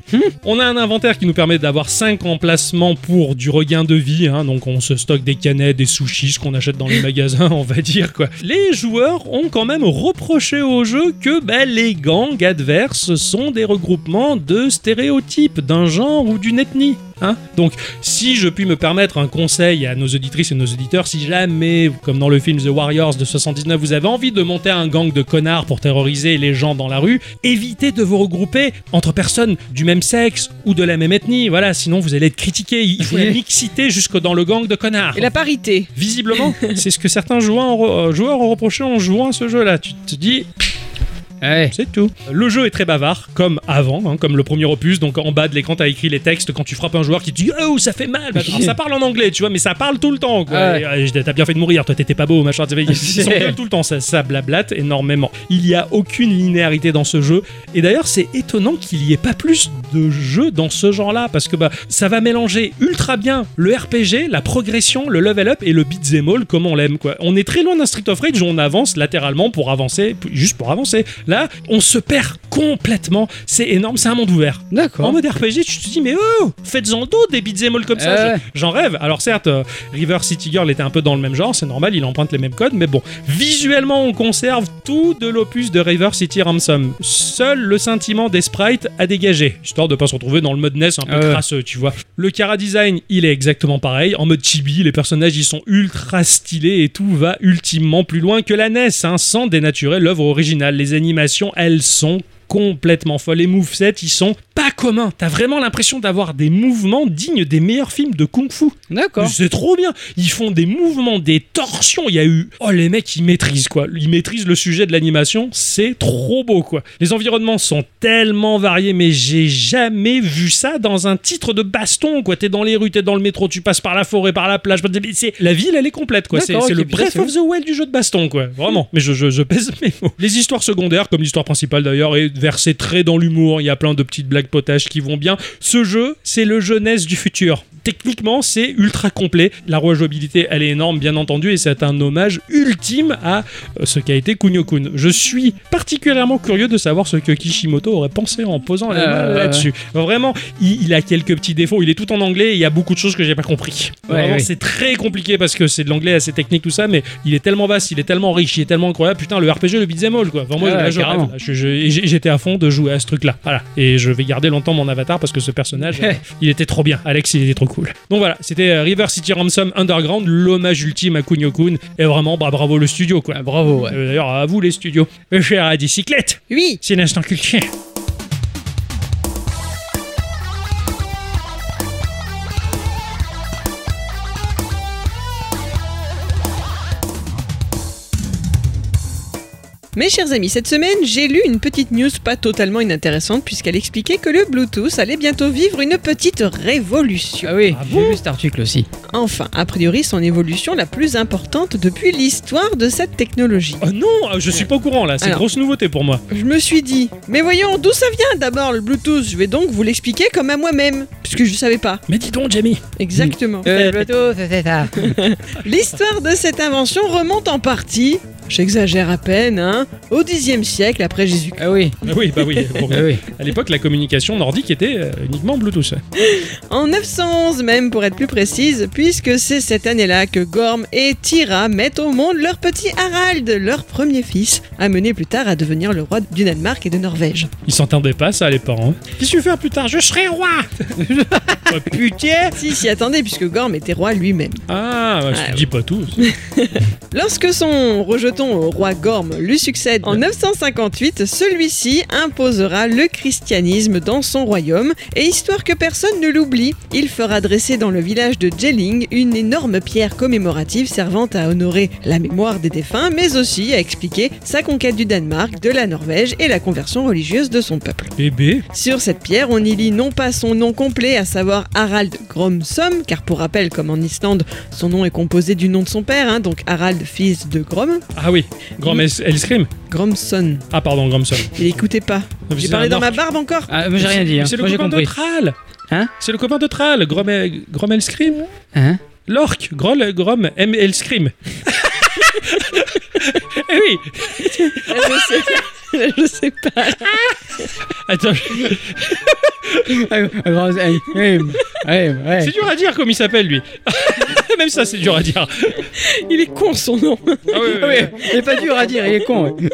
S1: On a un inventaire qui nous permet d'avoir 5 emplacements pour du regain de vie. hein. donc on se stocke des canettes, des sushis, ce qu'on achète dans les [LAUGHS] magasins, on va dire quoi. Les joueurs ont quand même reproché au jeu que bah, les gangs adverses sont des regroupements de stéréotypes d'un genre ou d'une ethnie. hein. Donc si je puis me permettre un conseil à nos auditrices et nos auditeurs, si jamais, comme dans le film The Warriors de 79, vous avez envie de monter un gang de connards pour terroriser les gens dans la rue, évitez de vous regrouper entre personnes du même sexe ou de la même ethnie. Voilà, sinon vous allez être critiqué. Il faut la mixité jusque dans le gang de connards.
S3: Et la parité.
S1: Visiblement, c'est ce que certains joueurs ont, re- euh, joueurs ont reproché en jouant à ce jeu-là. Tu te dis,
S2: Ouais.
S1: c'est tout. Le jeu est très bavard, comme avant, hein, comme le premier opus. Donc en bas de l'écran, t'as écrit les textes quand tu frappes un joueur qui te dit Oh, ça fait mal machin. Alors, Ça parle en anglais, tu vois, mais ça parle tout le temps. quoi.
S2: Ah ouais.
S1: Et, euh, je dis, T'as bien fait de mourir, toi, t'étais pas beau, machin. Tu sais, Ils s'en
S2: [LAUGHS]
S1: gueulent tout le temps, ça, ça blablate énormément. Il y a aucune linéarité dans ce jeu. Et d'ailleurs, c'est étonnant qu'il n'y ait pas plus de jeux dans ce genre-là, parce que bah, ça va mélanger ultra bien le RPG, la progression, le level up et le beat'em all comme on l'aime. quoi. On est très loin d'un Street of Rage où on avance latéralement pour avancer, p- juste pour avancer. Là, on se perd complètement. C'est énorme, c'est un monde ouvert. En
S2: D'accord.
S1: mode RPG, tu te dis, mais oh, faites-en d'autres des beat'em all comme ça.
S2: Euh.
S1: Je- J'en rêve. Alors certes, euh, River City Girl était un peu dans le même genre, c'est normal, il emprunte les mêmes codes, mais bon, visuellement, on conserve tout de l'opus de River City Ransom. Seul le sentiment des sprites à dégager, histoire de pas se retrouver dans le mode NES un peu
S2: Ah ouais.
S1: crasseux, tu vois. Le Kara design, il est exactement pareil. En mode chibi, les personnages, ils sont ultra stylés et tout va ultimement plus loin que la NES, hein, sans dénaturer l'œuvre originale. Les animations, elles sont complètement folles. Les movesets, ils sont pas communs. T'as vraiment l'impression d'avoir des mouvements dignes des meilleurs films de kung-fu.
S2: D'accord.
S1: C'est trop bien. Ils font des mouvements, des torsions. Il y a eu. Oh, les mecs, ils maîtrisent quoi. Ils maîtrisent le sujet de l'animation. C'est trop beau quoi. Les environnements sont tellement variés, mais j'ai jamais vu ça dans un titre de baston quoi. T'es dans les rues, t'es dans le métro, tu passes par la forêt, par la plage. C'est- La ville, elle est complète quoi. C'est
S2: D'accord,
S1: c'est
S2: ok,
S1: le
S2: putain,
S1: Breath
S2: c'est
S1: of the Wild du jeu de baston quoi. Vraiment. Mais je, je, je pèse mes mots. Mm. Les histoires secondaires, comme l'histoire principale d'ailleurs, est versée très dans l'humour. Il y a plein de petites blagues potaches qui vont bien. Ce jeu, c'est le jeunesse du futur. Techniquement, c'est ultra complet. La rejouabilité, elle est énorme, bien entendu, et c'est un hommage ultime à euh, ce qu'a été Kunio-kun. Je suis particulièrement curieux de savoir ce que Kishimoto aurait pensé en posant la main
S2: Euh,
S1: là-dessus. Vraiment, il, il a quelques petits défauts. Il est tout en anglais et il y a beaucoup de choses que j'ai pas compris.
S2: Ouais,
S1: Vraiment,
S2: oui.
S1: c'est très compliqué parce que c'est de l'anglais assez technique, tout ça, mais il est tellement vaste, il est tellement riche, il est tellement incroyable. Putain, le RPG, le beat'em all, quoi. Vraiment,
S2: Ah Ouais,
S1: là, je
S2: carrément.
S1: rêve. Je- je- et j'ai- J'étais à fond de jouer à ce truc-là. Voilà. Et je vais garder longtemps mon avatar parce que ce personnage, euh, il était trop bien. Alex, il était trop cool. Donc voilà, c'était euh, River City Ransom Underground, l'hommage ultime à Kunio-kun. Et vraiment, bah, bravo le studio, quoi.
S2: Ah, bravo, ouais.
S1: Euh, D'ailleurs, à vous les studios. Euh, Cher à bicyclette,
S3: Oui.
S1: c'est l'instant culture.
S3: Mes chers amis, cette semaine, j'ai lu une petite news pas totalement inintéressante puisqu'elle expliquait que le Bluetooth allait bientôt vivre une petite révolution.
S2: Ah oui,
S1: Ah
S2: j'ai vu cet article aussi.
S3: Enfin, a priori, son évolution la plus importante depuis l'histoire de cette technologie.
S2: Ah.
S1: Oh non, euh, je suis pas au courant là, c'est
S3: Alors.
S1: grosse nouveauté pour moi.
S3: Je me suis dit, mais voyons, d'où ça vient d'abord le Bluetooth Je vais donc vous l'expliquer comme à moi-même, puisque je ne savais pas
S1: Mais dis donc, Jamie.
S3: exactement.
S2: Euh, Bluetooth, c'est ça.
S3: [LAUGHS] L'histoire de cette invention remonte en partie, j'exagère à peine, hein, au Xe siècle après Jésus-Christ.
S2: Ah oui,
S1: Ah oui, bah oui. bon.
S2: ah oui.
S1: à l'époque, la communication nordique était euh, uniquement Bluetooth.
S3: En 911 même, pour être plus précise, puisque c'est cette année-là que Gorm et Tira mettent au monde leur petit Harald, leur premier fils, amené plus tard à devenir le roi du Danemark et de Norvège.
S1: Ils s'entendaient pas, ça, les parents. Qu'est-ce que tu fais plus tard Je serai [LAUGHS] roi Oh, Putain
S3: Si, s'y attendez, puisque Gorm était roi lui-même.
S1: Ah, bah,
S3: Ah,
S1: je te dis pas tout.
S3: Lorsque son rejeton au roi Gorm lui succède en 958, celui-ci imposera le christianisme dans son royaume et histoire que personne ne l'oublie, il fera dresser dans le village de Jelling une énorme pierre commémorative servant à honorer la mémoire des défunts mais aussi à expliquer sa conquête du Danemark, de la Norvège et la conversion religieuse de son peuple.
S1: Bébé
S3: Sur cette pierre, on y lit non pas son nom complet, à savoir Harald Gromsom, car pour rappel, comme en Islande, son nom est composé du nom de son père, hein, donc Harald, fils de Grom.
S1: Ah oui, grand
S3: Mm.
S1: mais elle scream.
S3: Gromson,
S1: Ah, pardon, Gromson.
S3: il écoutait pas.
S1: Mais
S3: J'ai
S1: c'est
S3: parlé
S1: un
S3: dans
S1: orc.
S3: ma
S2: [LAUGHS]
S3: barbe encore
S2: Ah, mais j'ai rien dit, hein.
S1: C'est le
S2: Moi, j'ai
S1: copain de
S2: compris.
S1: Tral
S2: Hein
S1: C'est le copain de Tral, Grom, Grom elle scream
S2: [LAUGHS] Hein
S1: L'orc, Grol, Grom, M, elle scream. Eh oui
S3: Là, je sais, Là, je sais pas.
S1: Attends,
S2: Ah, Eh.
S1: c'est dur à dire comme il s'appelle lui. [LAUGHS] Même ça, c'est dur à dire.
S3: Il est con son nom.
S1: Ah oui, oui, oui.
S2: Il est pas dur à dire, il est con. ouais.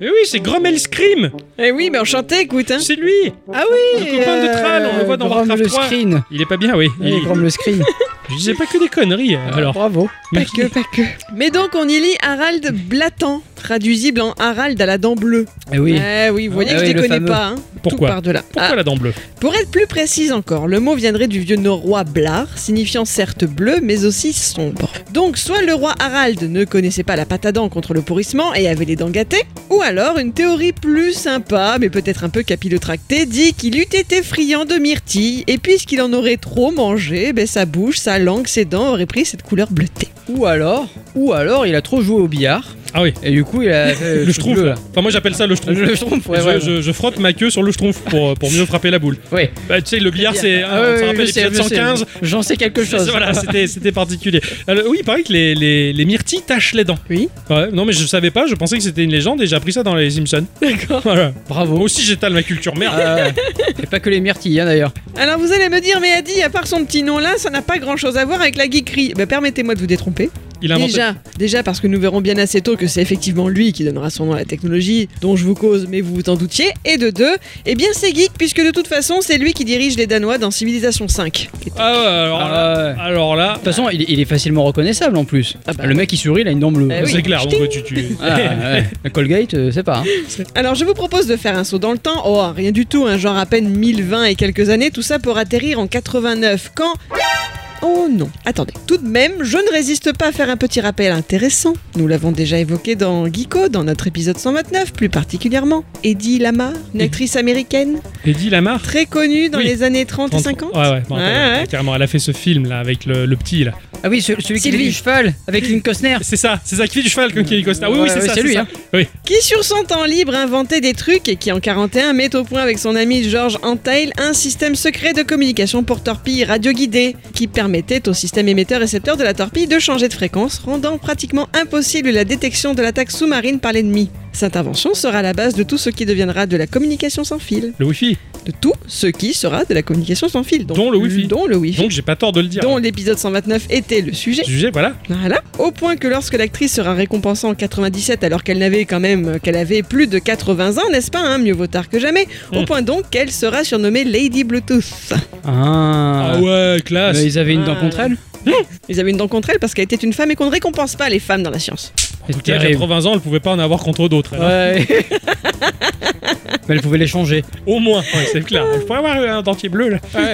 S1: Mais oui, c'est Grommel Scream
S3: [LAUGHS] Eh oui, mais enchanté, écoute. Hein.
S1: C'est lui
S2: Ah oui
S1: Le copain de Thrall, on le voit dans
S2: Grom
S1: Warcraft
S2: euh, le
S1: 3.
S2: screen.
S1: Il est pas bien, oui.
S2: Il est
S1: Il-
S2: Grom le screen.
S1: Je disais pas que des conneries, euh, alors.
S2: Ah, Bravo.
S3: Pas que, pas que. Mais donc, on y lit Harald Blatant, traduisible en Harald à la dent bleue.
S2: Eh oui.
S3: Eh oui, vous voyez
S2: Ah
S3: que
S2: oui,
S3: je
S2: le
S3: les connais
S2: fameux.
S3: pas. Hein.
S1: Pourquoi
S3: Tout Ah, part de là.
S2: Ah.
S1: Pourquoi la dent bleue
S3: Pour être plus précise encore, le mot viendrait du vieux norrois Blar, signifiant certes bleu, mais aussi sombre. Donc, soit le roi Harald ne connaissait pas la pâte à dents contre le pourrissement et avait les dents gâtées, ou alors une théorie plus sympa, mais peut-être un peu capillotractée, dit qu'il eût été friand de myrtille, et puisqu'il en aurait trop mangé, ben, sa bouche, sa langue, ses dents auraient pris cette couleur bleutée.
S2: Ou alors, ou alors, il a trop joué au billard.
S1: Ah oui,
S2: Et du coup, il [LAUGHS] a. fait
S1: le
S2: truc
S1: schtroumpf.
S2: bleu,
S1: là.
S2: là.
S1: Enfin, moi j'appelle ça le schtroumpf.
S2: Euh, Le schtroumpf, ouais,
S1: je,
S2: ouais.
S1: je- je frotte ma queue sur le schtroumpf pour, pour mieux frapper la boule.
S2: Ouais.
S1: Bah, tu sais, le billard, c'est.
S2: Ah
S1: on
S2: ouais,
S1: se
S2: ouais,
S1: rappelle
S2: je sais,
S1: l'épisode
S2: je sais.
S1: 115.
S2: J'en sais [LAUGHS] quelque chose.
S1: Voilà, c'était c'était particulier. Alors, oui, il paraît que les, les, les myrtilles tachent les dents.
S3: Oui.
S1: Ouais, non, mais je savais pas, je pensais que c'était une légende et j'ai appris ça dans les Simpsons. D'accord. Moi
S2: Bravo.
S1: aussi, j'étale ma culture merde.
S2: Ah ouais. Et pas que les myrtilles, hein, d'ailleurs.
S3: Alors vous allez me dire, mais Adi, à part son petit nom là, ça n'a pas grand chose à voir avec la geekerie. Ben permettez-moi de vous détromper.
S1: Il a inventé.
S3: Déjà, déjà parce que nous verrons bien assez tôt que c'est effectivement lui qui donnera son nom à la technologie dont je vous cause, mais vous vous en doutiez. Et de deux, eh bien c'est geek puisque de toute façon c'est lui qui dirige les Danois dans Civilisation 5.
S1: Ah ouais, alors là.
S2: Ah ouais.
S1: Alors là.
S2: De toute façon, il, est- il est facilement reconnaissable en plus.
S3: Ah bah.
S2: Le mec, il sourit, il a une dent bleue.
S3: Eh oui.
S2: [LAUGHS]
S1: C'est clair, donc tu. tu...
S2: Ah, ouais. Le Colgate, euh, c'est pas. hein.
S3: Alors je vous propose de faire un saut dans le temps. Oh, rien du tout, un genre à peine 1020 et quelques années, tout ça pour atterrir en 89 quand... Oh non, attendez. Tout de même, je ne résiste pas à faire un petit rappel intéressant. Nous l'avons déjà évoqué dans Geeko, dans notre épisode 129 plus particulièrement. Eddie Lamar, une actrice américaine,
S1: Eddie Lamar
S3: très connue dans
S1: Oui.
S3: les années 30 et 50.
S1: Ouais, ouais, je m'en rappelle,
S3: Ouais, ouais.
S1: carrément. Elle a fait ce film là avec le, le petit là.
S2: Ah oui, ce- celui qui est
S3: Sylvie.
S2: du cheval avec Lynn Costner.
S1: C'est ça, c'est ça qui fait du cheval comme Kelly Costa. Oui, oui,
S2: Ouais,
S1: c'est
S2: ouais,
S1: ça.
S2: c'est lui,
S1: ça.
S2: hein.
S1: Oui.
S3: qui sur son temps libre inventait des trucs et qui en 41 met au point avec son ami George Antheil un système secret de communication pour torpilles radio-guidée qui permettait au système émetteur-récepteur de la torpille de changer de fréquence, rendant pratiquement impossible la détection de l'attaque sous-marine par l'ennemi. Cette invention sera la base de tout ce qui deviendra de la communication sans fil.
S1: Le Wi-Fi.
S3: De tout ce qui sera de la communication sans fil. donc-
S1: Dont le Wi-Fi.
S3: Dont le Wi-Fi.
S1: Donc j'ai pas tort de le dire.
S3: dont l'épisode 129 était le sujet.
S1: Sujet, voilà.
S3: Voilà. Au point que lorsque l'actrice sera récompensée en 97 alors qu'elle n'avait quand même qu'elle avait plus de 80 ans, n'est-ce pas hein, Mieux vaut tard que jamais. Au
S1: Mm.
S3: point donc qu'elle sera surnommée Lady Bluetooth.
S2: Ah,
S1: Ah ouais, classe.
S2: Mais ils avaient une dent
S3: Ah.
S2: contre elle.
S3: Ils avaient une dent contre elle parce qu'elle était une femme et qu'on ne récompense pas les femmes dans la science.
S1: En tout cas, à 80 ans, elle pouvait pas en avoir contre d'autres. elle, hein.
S2: Ouais.
S1: [LAUGHS]
S2: Mais elle pouvait les changer.
S1: Au moins, ouais, c'est clair. Je pourrais avoir un dentier bleu là. [LAUGHS]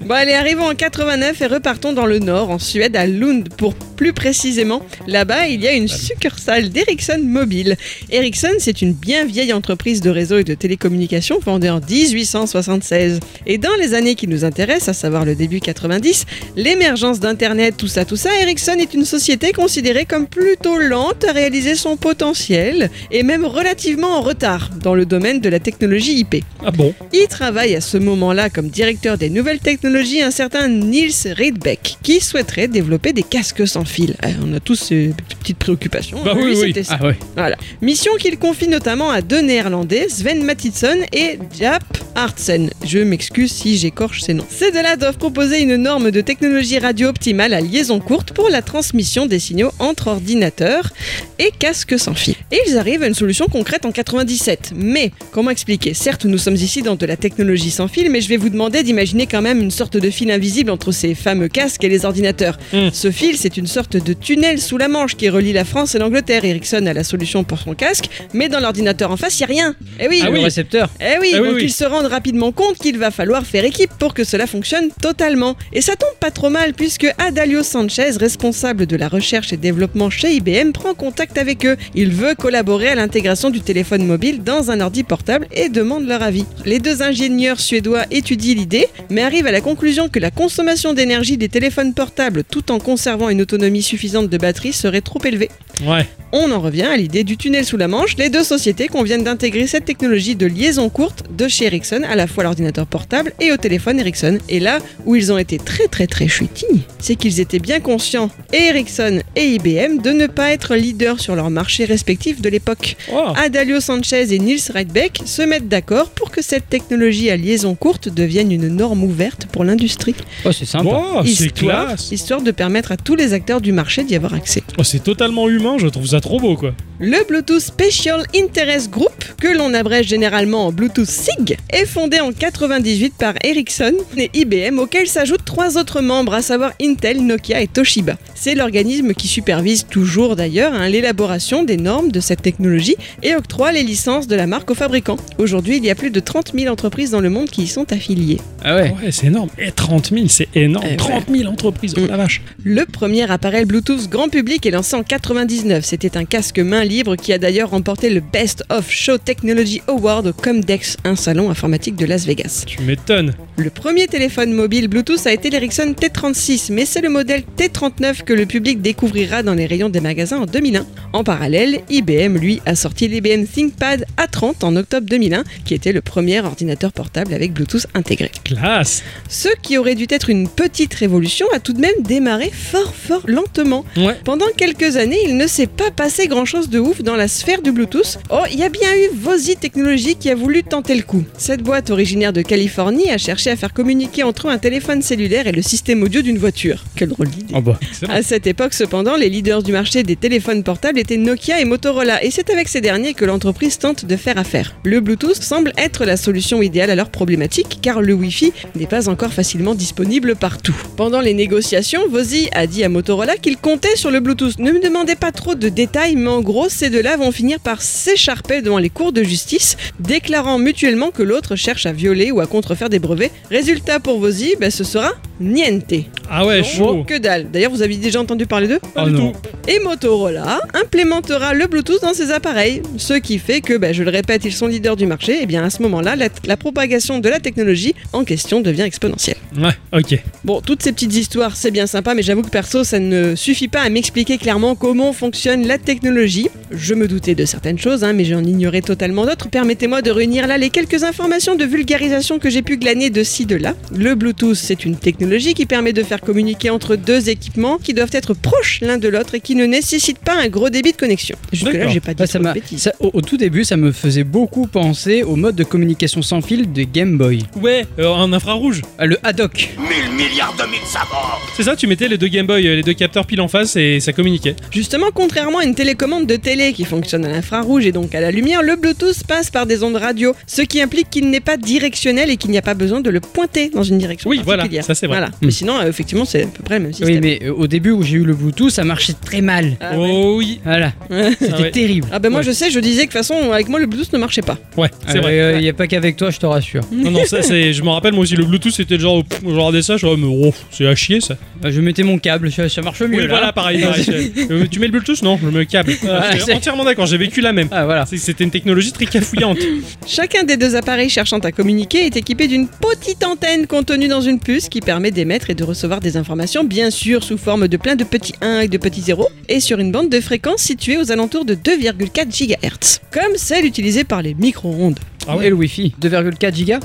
S3: Bon, allez, arrivons en 89 et repartons dans le nord, en Suède, à Lund, pour plus précisément. Là-bas, il y a une succursale d'Ericsson Mobile. Ericsson, c'est une bien vieille entreprise de réseau et de télécommunications fondée en 1876. Et dans les années qui nous intéressent, à savoir le début 90, l'émergence d'Internet, tout ça, tout ça, Ericsson est une société considérée comme plutôt lente à réaliser son potentiel et même relativement en retard dans le domaine de la technologie IP.
S1: Ah bon
S3: Il travaille à ce moment-là comme directeur des nouvelles technologies un certain Niels Rydbeck qui souhaiterait développer des casques sans fil. Euh, on a tous ces petites préoccupations.
S1: Bah oui,
S3: Lui,
S1: oui.
S3: c'était ça.
S2: Ah ouais.
S3: Voilà. Mission qu'il confie notamment à deux Néerlandais, Sven Mattison et Jap Hartsen. Je m'excuse si j'écorche ces noms. Ces deux-là doivent proposer une norme de technologie radio optimale à liaison courte pour la transmission des signaux entre ordinateurs et casques sans fil. Et ils arrivent à une solution concrète en 97. Mais, comment expliquer Certes, nous sommes ici dans de la technologie sans fil, mais je vais vous demander d'imaginer quand même une sorte de fil invisible entre ces fameux casques et les ordinateurs.
S2: Hmm.
S1: Mm.
S3: Ce fil, c'est une sorte de tunnel sous la Manche qui relie la France et l'Angleterre. Ericsson a la solution pour son casque, mais dans l'ordinateur en face, il n'y a rien. Eh oui,
S2: Ah oui. Le récepteur.
S3: eh oui,
S1: Ah oui,
S3: donc
S1: oui.
S3: ils se rendent rapidement compte qu'il va falloir faire équipe pour que cela fonctionne totalement. Et ça tombe pas trop mal puisque Adalio Sanchez, responsable de la recherche et développement chez IBM, prend contact avec eux. Il veut collaborer à l'intégration du téléphone mobile dans un ordi portable et demande leur avis. Les deux ingénieurs suédois étudient l'idée, mais arrivent à la conclusion que la consommation d'énergie des téléphones portables tout en conservant une autonomie suffisante de batterie serait trop élevée.
S1: Ouais.
S3: On en revient à l'idée du tunnel sous la Manche. Les deux sociétés conviennent d'intégrer cette technologie de liaison courte de chez Ericsson à la fois à l'ordinateur portable et au téléphone Ericsson. Et là où ils ont été très très très chutis, c'est qu'ils étaient bien conscients, et Ericsson et IBM, de ne pas pas être leaders sur leur marché respectif de l'époque.
S2: Ah,
S1: Oh,
S3: Adalio Sanchez et Nils Rydbeck se mettent d'accord pour que cette technologie à liaison courte devienne une norme ouverte pour l'industrie,
S2: Oh, c'est sympa.
S1: oh, c'est
S3: Histoire.
S1: classe.
S3: histoire de permettre à tous les acteurs du marché d'y avoir accès.
S1: Oh, c'est totalement humain, je trouve ça trop beau quoi.
S3: Le Bluetooth Special Interest Group, que l'on abrège généralement en Bluetooth SIG, est fondé en 98 par Ericsson et IBM, auquel s'ajoutent trois autres membres, à savoir Intel, Nokia et Toshiba. C'est l'organisme qui supervise toujours d'ailleurs hein, l'élaboration des normes de cette technologie et octroie les licences de la marque aux fabricants. Aujourd'hui, il y a plus de 30 000 entreprises dans le monde qui y sont affiliées.
S2: Ah ouais.
S1: Ouais, c'est énorme. Et 30 000, c'est énorme.
S3: Eh ouais.
S1: 30 000 entreprises, oh la vache.
S3: Le premier appareil Bluetooth grand public est lancé en 99. C'était un casque main libre qui a d'ailleurs remporté le Best of Show Technology Award au Comdex, un salon informatique de Las Vegas.
S1: Tu m'étonnes.
S3: Le premier téléphone mobile Bluetooth a été l'Ericsson T36, mais c'est le modèle T39 que le public découvrira dans les rayons des magasins en 2001. En parallèle, IBM, lui, a sorti l'IBM ThinkPad A30 en octobre 2001, qui était le premier ordinateur portable avec Bluetooth intégré.
S1: Classe.
S3: Ce qui aurait dû être une petite révolution a tout de même démarré fort fort lentement.
S1: Ouais.
S3: Pendant quelques années, il ne s'est pas passé grand-chose de ouf dans la sphère du Bluetooth. Oh, il y a bien eu Vosi Technologies qui a voulu tenter le coup. Cette boîte originaire de Californie a cherché à faire communiquer entre eux un téléphone cellulaire et le système audio d'une voiture. Quelle drôle d'idée.
S1: Oh bah, excellent.
S3: À cette époque, cependant, les leaders du marché des téléphones portables étaient Nokia et Motorola, et c'est avec ces derniers que l'entreprise tente de faire affaire. Le Bluetooth semble être la solution idéale à leur problématique, car le Wi-Fi n'est pas encore facilement disponible partout. Pendant les négociations, Vosi a dit à Motorola qu'il comptait sur le Bluetooth. Ne me demandez pas trop de détails, mais en gros, ces deux-là vont finir par s'écharper devant les cours de justice, déclarant mutuellement que l'autre cherche à violer ou à contrefaire des brevets. Résultat pour Vosi, ben, ce sera niente.
S1: Ah ouais,
S3: Oh,
S1: chaud. Ah,
S3: que dalle. D'ailleurs, vous avez déjà entendu parler d'eux
S1: Pas
S2: Oh
S1: du
S2: non.
S1: tout.
S3: Et Motorola implémentera le Bluetooth dans ses appareils. Ce qui fait que, bah, je le répète, ils sont leaders du marché. Et bien à ce moment-là, la, la propagation de la technologie en question devient exponentielle.
S1: Ouais, ok.
S3: Bon, toutes ces petites histoires, c'est bien sympa, mais j'avoue que perso, ça ne suffit pas à m'expliquer clairement comment fonctionne la technologie. Je me doutais de certaines choses, hein, mais j'en ignorais totalement d'autres. Permettez-moi de réunir là les quelques informations de vulgarisation que j'ai pu glaner de ci, de là. Le Bluetooth, c'est une technologie qui permet de faire communiquer entre deux équipements qui doivent être proches l'un de l'autre et qui ne nécessitent pas un gros débit de connexion. Jusque-là,
S1: D'accord.
S3: j'ai pas dit
S2: Ouais,
S3: trop
S2: Bah, ça
S3: de
S2: m'a-
S3: bêtises.
S2: ça- au, au tout début, ça me faisait beaucoup penser au mode de communication sans fil de Game Boy.
S1: Ouais, euh, en infrarouge.
S2: Ah, Le Haddock.
S5: Mille milliards de mille savants
S1: C'est ça, tu mettais les deux Game Boy, euh, les deux capteurs pile en face et ça communiquait.
S3: Justement, contrairement à une télécommande de télé qui fonctionne à l'infrarouge et donc à la lumière, le Bluetooth passe par des ondes radio, ce qui implique qu'il n'est pas directionnel et qu'il n'y a pas besoin de le pointer dans une direction
S1: Oui, voilà,
S3: particulière.
S1: ça, c'est vrai. Hmm.
S3: Voilà.
S2: Mm.
S3: Mais sinon, euh, effectivement, c'est à peu près le même système.
S2: Oui, mais euh, au début où j'ai eu le Bluetooth, ça marchait très mal.
S3: Ah, ouais.
S1: oh oui.
S2: Voilà, c'était
S1: Ah ouais.
S2: terrible.
S3: Ah ben moi
S1: Ouais.
S3: je sais, je disais que de toute façon avec moi le Bluetooth ne marchait pas.
S1: Ouais, c'est vrai. Hmm.
S2: Il n'y Euh, a pas qu'avec toi, je te rassure.
S1: Non, non, ça c'est. Je me rappelle, moi aussi, le Bluetooth c'était le genre. pff, Je regardais ça, je suis mais oh, c'est à chier ça.
S2: Bah, je mettais mon câble, ça, ça marche
S1: Oui,
S2: mieux. là.
S1: voilà, pareil. pareil. Euh, tu mets le Bluetooth Non, je me câble. Ah, je suis
S2: c'est-
S1: entièrement d'accord, j'ai vécu la même.
S2: Ah, voilà.
S1: C'est- C'était une technologie très cafouillante.
S3: Chacun des deux appareils cherchant à communiquer est équipé d'une petite antenne contenue dans une puce qui permet d'émettre et de recevoir des informations, bien sûr sous forme de plein de petits 1 et de petits 0, et sur une bande de fréquence située aux alentours de 2,4 GHz, comme celle utilisée par les micro-ondes.
S1: Ah ouais.
S2: Et le Wi-Fi, 2,4 gigas.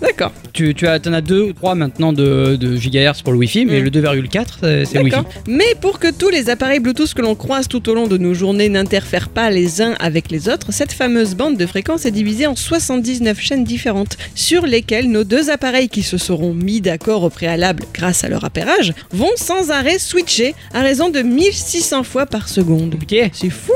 S3: D'accord.
S2: Tu, tu as, en as 2 ou 3 maintenant de, de gigahertz pour le Wi-Fi, mais
S3: Mm.
S2: le 2,4, c'est- c'est Wi-Fi.
S3: D'accord. Mais pour que tous les appareils Bluetooth que l'on croise tout au long de nos journées n'interfèrent pas les uns avec les autres, cette fameuse bande de fréquence est divisée en 79 chaînes différentes, sur lesquelles nos deux appareils qui se seront mis d'accord au préalable grâce à leur appairage vont sans arrêt switcher à raison de 1600 fois par seconde.
S2: Ok.
S3: C'est fou,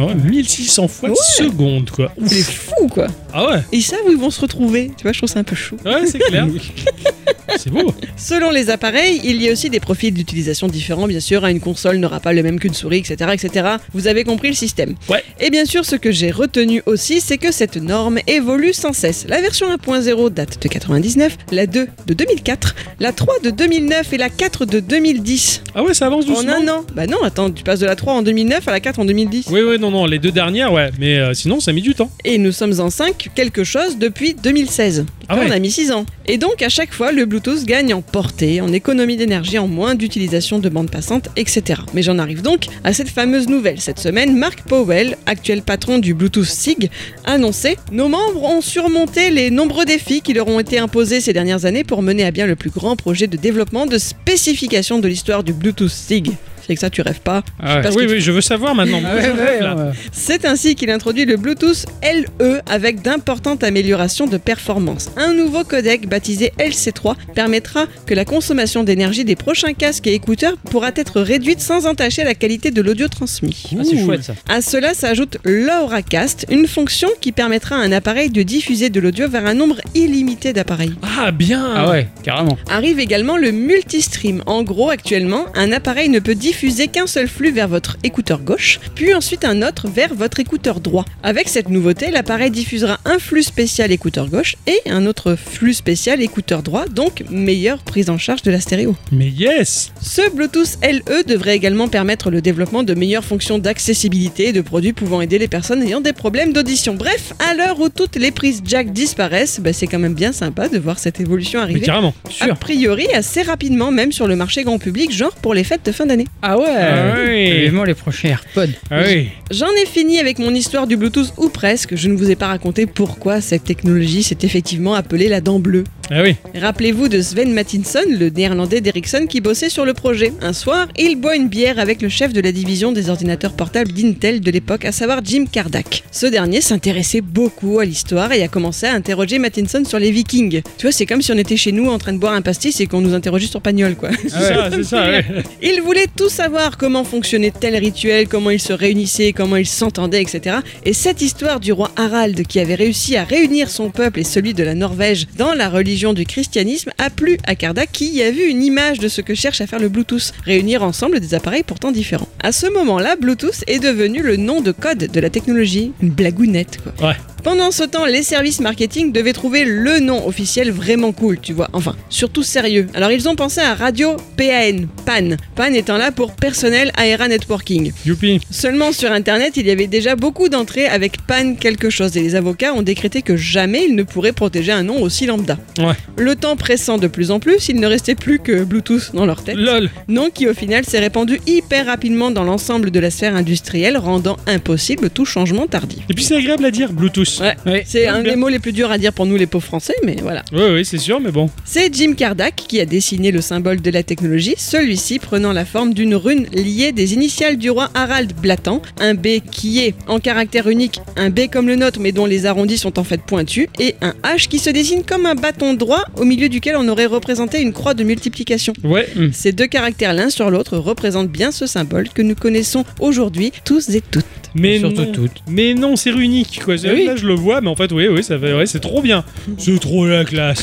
S1: Ah ouais, 1600 fois
S3: Ouais.
S1: seconde quoi. Ouf.
S3: c'est fou quoi.
S1: Ah ouais,
S3: Ils savent où ils vont se retrouver. Tu vois, je trouve ça un peu chou.
S1: ouais, c'est clair. [LAUGHS] c'est beau.
S3: Selon les appareils, il y a aussi des profils d'utilisation différents, bien sûr. hein, Une console n'aura pas le même qu'une souris, etc., etc. Vous avez compris le système.
S1: Ouais.
S3: Et bien sûr, ce que j'ai retenu aussi, c'est que cette norme évolue sans cesse. La version 1.0 date de 99, la 2 de 2004, la 3 de 2009 et la 4 de 2010.
S1: Ah ouais, ça avance doucement.
S3: En un an. Bah non, attends, tu passes de la 3 en 2009 à la 4 en 2010.
S1: Oui, oui, non, non, les deux dernières, ouais. Mais euh, sinon, ça a mis du temps.
S3: Et nous sommes en 5 quelque chose depuis 2016.
S1: Ah
S3: Là,
S1: ouais.
S3: On a mis 6 ans. Et donc à chaque fois, le Bluetooth gagne en portée, en économie d'énergie, en moins d'utilisation de bande passante, etc. Mais j'en arrive donc à cette fameuse nouvelle. Cette semaine, Mark Powell, actuel patron du Bluetooth SIG, annonçait « Nos membres ont surmonté les nombreux défis qui leur ont été imposés ces dernières années pour mener à bien le plus grand projet de développement de spécification de l'histoire du Bluetooth SIG. » C'est que ça, tu rêves pas.
S1: Ah ouais.
S3: pas ce
S1: Oui,
S3: qu'il
S1: oui, je veux savoir maintenant.
S2: [LAUGHS] Ah ouais, ouais,
S1: Là.
S2: ouais.
S3: C'est ainsi qu'il introduit le Bluetooth LE avec d'importantes améliorations de performance. Un nouveau codec baptisé LC3 permettra que la consommation d'énergie des prochains casques et écouteurs pourra être réduite sans entacher la qualité de l'audio transmis.
S6: Ah, c'est chouette ça.
S3: À cela s'ajoute l'AuraCast, une fonction qui permettra à un appareil de diffuser de l'audio vers un nombre illimité d'appareils.
S1: Ah, bien
S2: Ah ouais, carrément.
S3: Arrive également le multistream. En gros, actuellement, un appareil ne peut diffuser qu'un seul flux vers votre écouteur gauche, puis ensuite un autre vers votre écouteur droit. Avec cette nouveauté, l'appareil diffusera un flux spécial écouteur gauche et un autre flux spécial écouteur droit, donc meilleure prise en charge de la stéréo.
S1: Mais yes
S3: Ce Bluetooth LE devrait également permettre le développement de meilleures fonctions d'accessibilité et de produits pouvant aider les personnes ayant des problèmes d'audition. Bref, à l'heure où toutes les prises jack disparaissent, bah, c'est quand même bien sympa de voir cette évolution
S1: Mais
S3: arriver
S1: carrément.
S2: Ah,
S3: a priori assez rapidement même sur le marché grand public, genre pour les fêtes de fin d'année. Euh,
S2: Ah ouais,
S1: Ah ouais.
S2: Vivement les prochains AirPods.
S1: Ah oui.
S3: J'en ai fini avec mon histoire du Bluetooth ou presque, je ne vous ai pas raconté pourquoi cette technologie s'est effectivement appelée la dent bleue.
S1: Ah
S2: [LAUGHS]
S1: oui.
S3: Rappelez-vous de Sven Mattinson, le néerlandais d'Ericsson qui bossait sur le projet. Un soir, il boit une bière avec le chef de la division des ordinateurs portables d'Intel de l'époque, à savoir Jim Kardak. Ce dernier s'intéressait beaucoup à l'histoire et a commencé à interroger Mattinson sur les vikings. Tu vois, c'est comme si on était chez nous en train de boire un pastis et qu'on nous interrogeait sur Pagnol, quoi.
S1: C'est ça, c'est ça, ouais.
S3: Il voulait tout savoir comment fonctionnait tel rituel, comment ils se réunissaient, comment ils s'entendaient, etc. Et cette histoire du roi Harald qui avait réussi à réunir son peuple et celui de la Norvège dans la religion du christianisme a plu à Kardak qui y a vu une image de ce que cherche à faire le Bluetooth, réunir ensemble des appareils pourtant différents. À ce moment-là, Bluetooth est devenu le nom de code de la technologie. Une blagounette, quoi. Pendant ce temps, les services marketing devaient trouver le nom officiel vraiment cool, tu vois, enfin, surtout sérieux. Alors ils ont pensé à Radio PAN, PAN, PAN étant là pour Personnel Aera Networking.
S1: Youpi.
S3: Seulement sur Internet, il y avait déjà beaucoup d'entrées avec PAN quelque chose et les avocats ont décrété que jamais ils ne pourraient protéger un nom aussi lambda.
S1: Ouais.
S3: Le temps pressant de plus en plus, il ne restait plus que Bluetooth dans leur tête
S1: Lol.
S3: nom qui au final s'est répandu hyper rapidement dans l'ensemble de la sphère industrielle, rendant impossible tout changement tardif.
S1: Et puis c'est agréable à dire, Bluetooth.
S3: Ouais. C'est un des mots les plus durs à dire pour nous les pauvres français, mais voilà.
S1: Oui, oui, c'est sûr, mais bon.
S3: C'est Jim Kardak qui a dessiné le symbole de la technologie, celui-ci prenant la forme d'une rune liée des initiales du roi Harald Blatant, un B qui est en caractère unique, un B comme le nôtre mais dont les arrondis sont en fait pointus, et un H qui se dessine comme un bâton droit au milieu duquel on aurait représenté une croix de multiplication.
S1: Ouais. hum.
S3: Ces deux caractères l'un sur l'autre représentent bien ce symbole que nous connaissons aujourd'hui tous et toutes.
S1: Mais
S2: Surtout
S1: non.
S2: toutes.
S1: Mais non, c'est unique quoi. C'est-
S2: Oui.
S1: Là, je le vois, mais en fait, oui, oui, ça fait, ouais, c'est trop bien. C'est trop la
S2: [LAUGHS]
S1: classe.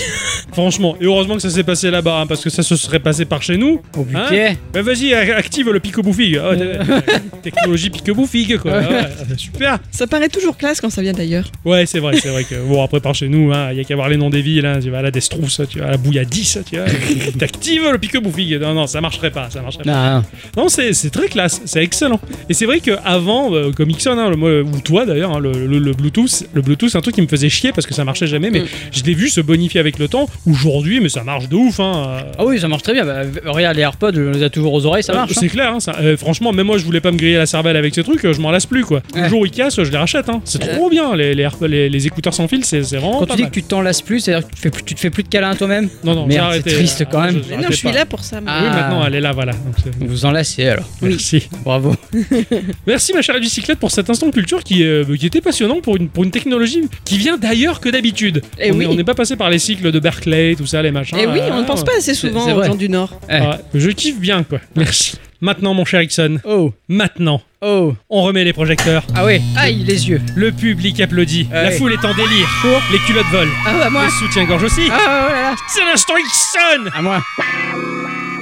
S1: Franchement, et heureusement que ça s'est passé là-bas, hein, parce que ça se serait passé par chez nous.
S2: Oh
S1: Hein
S2: putain.
S1: Bah vas-y, a- active le pic bouffigue. Oh, euh, technologie pic bouffigue quoi. Ah, Ouais, super.
S3: Ça paraît toujours classe quand ça vient d'ailleurs.
S1: Ouais, c'est vrai, c'est vrai que bon après par chez nous, hein, y a qu'à voir les noms des villes. Hein, tu vas à la Destrouz, tu vas à la Bouilladis, tu vois. T'actives le pic bouffigue. Non, non, ça marcherait pas, ça marcherait pas.
S2: Non, non.
S1: Non, c'est c'est très classe, c'est excellent. Et c'est vrai qu'avant, euh, comme Ixon, hein, le- moi, ou toi d'ailleurs, hein, le, le- le Bluetooth, le Bluetooth, c'est un truc qui me faisait chier parce que ça marchait jamais, mais
S3: Mm.
S1: je l'ai vu se bonifier avec le temps. Aujourd'hui, mais ça marche de ouf. Hein, euh,
S2: Ah oui, ça marche très bien. Bah, regarde les AirPods, on les a toujours aux oreilles, ça
S1: euh,
S2: marche. hein.
S1: C'est clair, hein, ça- euh, franchement, même moi je voulais pas me griller la cervelle avec ce truc, euh, je m'en lasse plus quoi. Le
S2: Ouais.
S1: jour où ils cassent, je les rachète, hein. c'est trop bien, les, les, Airpo- les- les écouteurs sans fil, c'est c'est vraiment.
S2: Quand
S1: pas
S2: tu dis
S1: mal.
S2: que tu t'en lasses plus, c'est-à-dire que tu, fais plus- tu te fais plus de câlins à toi-même
S1: Non, non,
S2: Merde,
S1: j'ai arrêté,
S2: c'est triste,
S1: euh,
S2: quand
S1: ah,
S2: même.
S3: Mais non,
S1: j'arrêtais
S3: je suis
S1: pas.
S3: là pour ça. moi.
S1: Oui,
S2: Ah.
S1: maintenant elle est là, voilà. Donc, c'est-
S2: Vous vous en lassez alors.
S1: Merci.
S2: Bravo.
S1: Merci ma chère bicyclette pour cet instant culture qui, euh, qui était passionnant pour une, pour une technologie qui vient d'ailleurs que d'habitude.
S3: Eh
S1: on est-
S3: oui.
S1: on n'est pas passé par les cycles de Berkeley, tout ça, les machins.
S3: Et Eh oui,
S1: euh,
S3: on ne pense
S1: ouais.
S3: pas assez souvent
S2: Ah, c'est
S3: aux
S2: vrai.
S3: gens du Nord.
S1: Ouais, je kiffe bien quoi. Merci. Maintenant mon cher Ixon,
S2: Oh,
S1: maintenant,
S2: oh.
S1: on remet les projecteurs.
S2: Ah ouais, aïe, les yeux.
S1: Le public applaudit, la
S2: Ouais.
S1: foule est en délire, les culottes volent,
S2: Ah bah moi.
S1: le soutien-gorge aussi.
S2: Ah ouais, ouais, ouais.
S1: C'est l'instant Ixon
S2: À moi.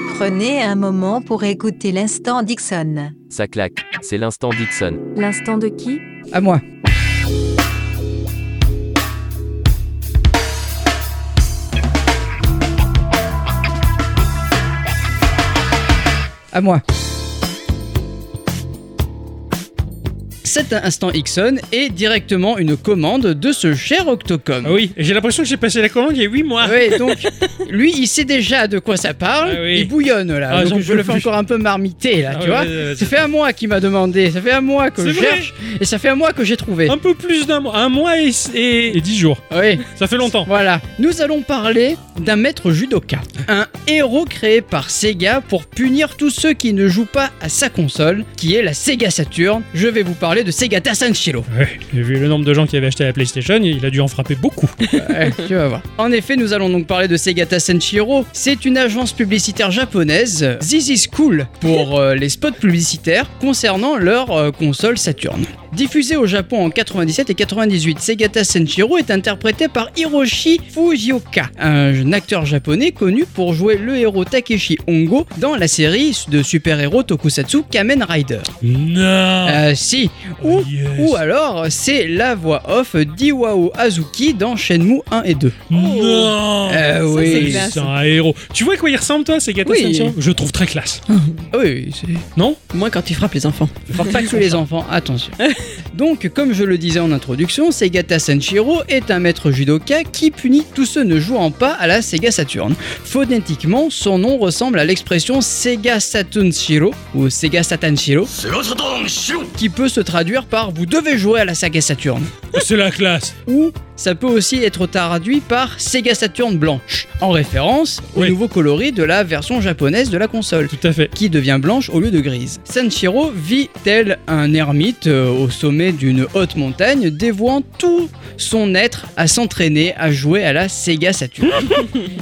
S7: Prenez un moment pour écouter l'instant Dixon.
S6: Ça claque. C'est l'instant Dixon.
S8: L'instant de qui
S2: À moi. À moi. cet instant Ixon est directement une commande de ce cher Octocom.
S1: Ah oui, et j'ai l'impression que j'ai passé la commande il y a 8 mois.
S2: [LAUGHS] Ouais, donc lui, il sait déjà de quoi ça parle.
S1: Ah oui.
S2: Il bouillonne là.
S1: Ah, j'en
S2: donc je
S1: peux
S2: le fais
S1: plus.
S2: encore un peu marmiter là,
S1: Ah
S2: tu
S1: ouais,
S2: vois.
S1: ouais, ouais,
S2: ça fait un mois qu'il m'a demandé. Ça fait un mois que
S1: C'est
S2: je
S1: vrai.
S2: cherche et ça fait un mois que j'ai trouvé.
S1: Un peu plus d'un mois. Un mois et, et, 10 jours.
S2: Oui.
S1: Ça fait longtemps.
S2: Voilà, nous allons parler d'un maître judoka, un héros créé par Sega pour punir tous ceux qui ne jouent pas à sa console, qui est la Sega Saturn. Je vais vous parler de Sega Tassanchelo.
S1: Ouais, j'ai vu le nombre de gens qui avaient acheté la PlayStation, il a dû en frapper beaucoup.
S2: Ouais, Eh, tu vas voir. En effet, nous allons donc parler de Segata Senshiro. C'est une agence publicitaire japonaise, euh, This is Cool, pour euh, les spots publicitaires concernant leur euh, console Saturn. Diffusée au Japon en 97 et 98, Segata Senshiro est interprété par Hiroshi Fujioka, un jeune acteur japonais connu pour jouer le héros Takeshi Hongo dans la série de super-héros tokusatsu Kamen Rider.
S1: [LAUGHS] Non
S2: Euh, si, ou ou alors, c'est la voix off d'Iwao Azuki dans Shenmue 1 et 2.
S1: Non
S2: Euh,
S3: Ça,
S2: oui.
S3: c'est
S1: Oui,
S3: classe.
S1: Oh. c'est un héros. Tu vois à quoi il ressemble toi, ces
S2: Oui.
S1: Senshiro Je le trouve très classe.
S2: Ah oui, c'est
S1: Non
S3: Moi, quand il frappe les enfants.
S2: pas que les enfants,
S3: [LAUGHS]
S2: attention. Donc, comme je le disais en introduction, Segata Senshiro est un maître judoka qui punit tous ceux ne jouant pas à la Sega Saturn. Phonétiquement, son nom ressemble à l'expression Sega Satunshiro ou Sega Satanshiro, qui peut se traduire par vous devez jouer à la Sega Saturn.
S1: C'est la classe.
S2: ou ça peut aussi être traduit par Sega Saturn blanche, en référence au
S1: Oui.
S2: nouveau coloris de la version japonaise de la console.
S1: Tout à fait.
S2: Qui devient blanche au lieu de grise. Sanshiro vit tel un ermite euh, au sommet d'une haute montagne, dévouant tout son être à s'entraîner à jouer à la Sega Saturn.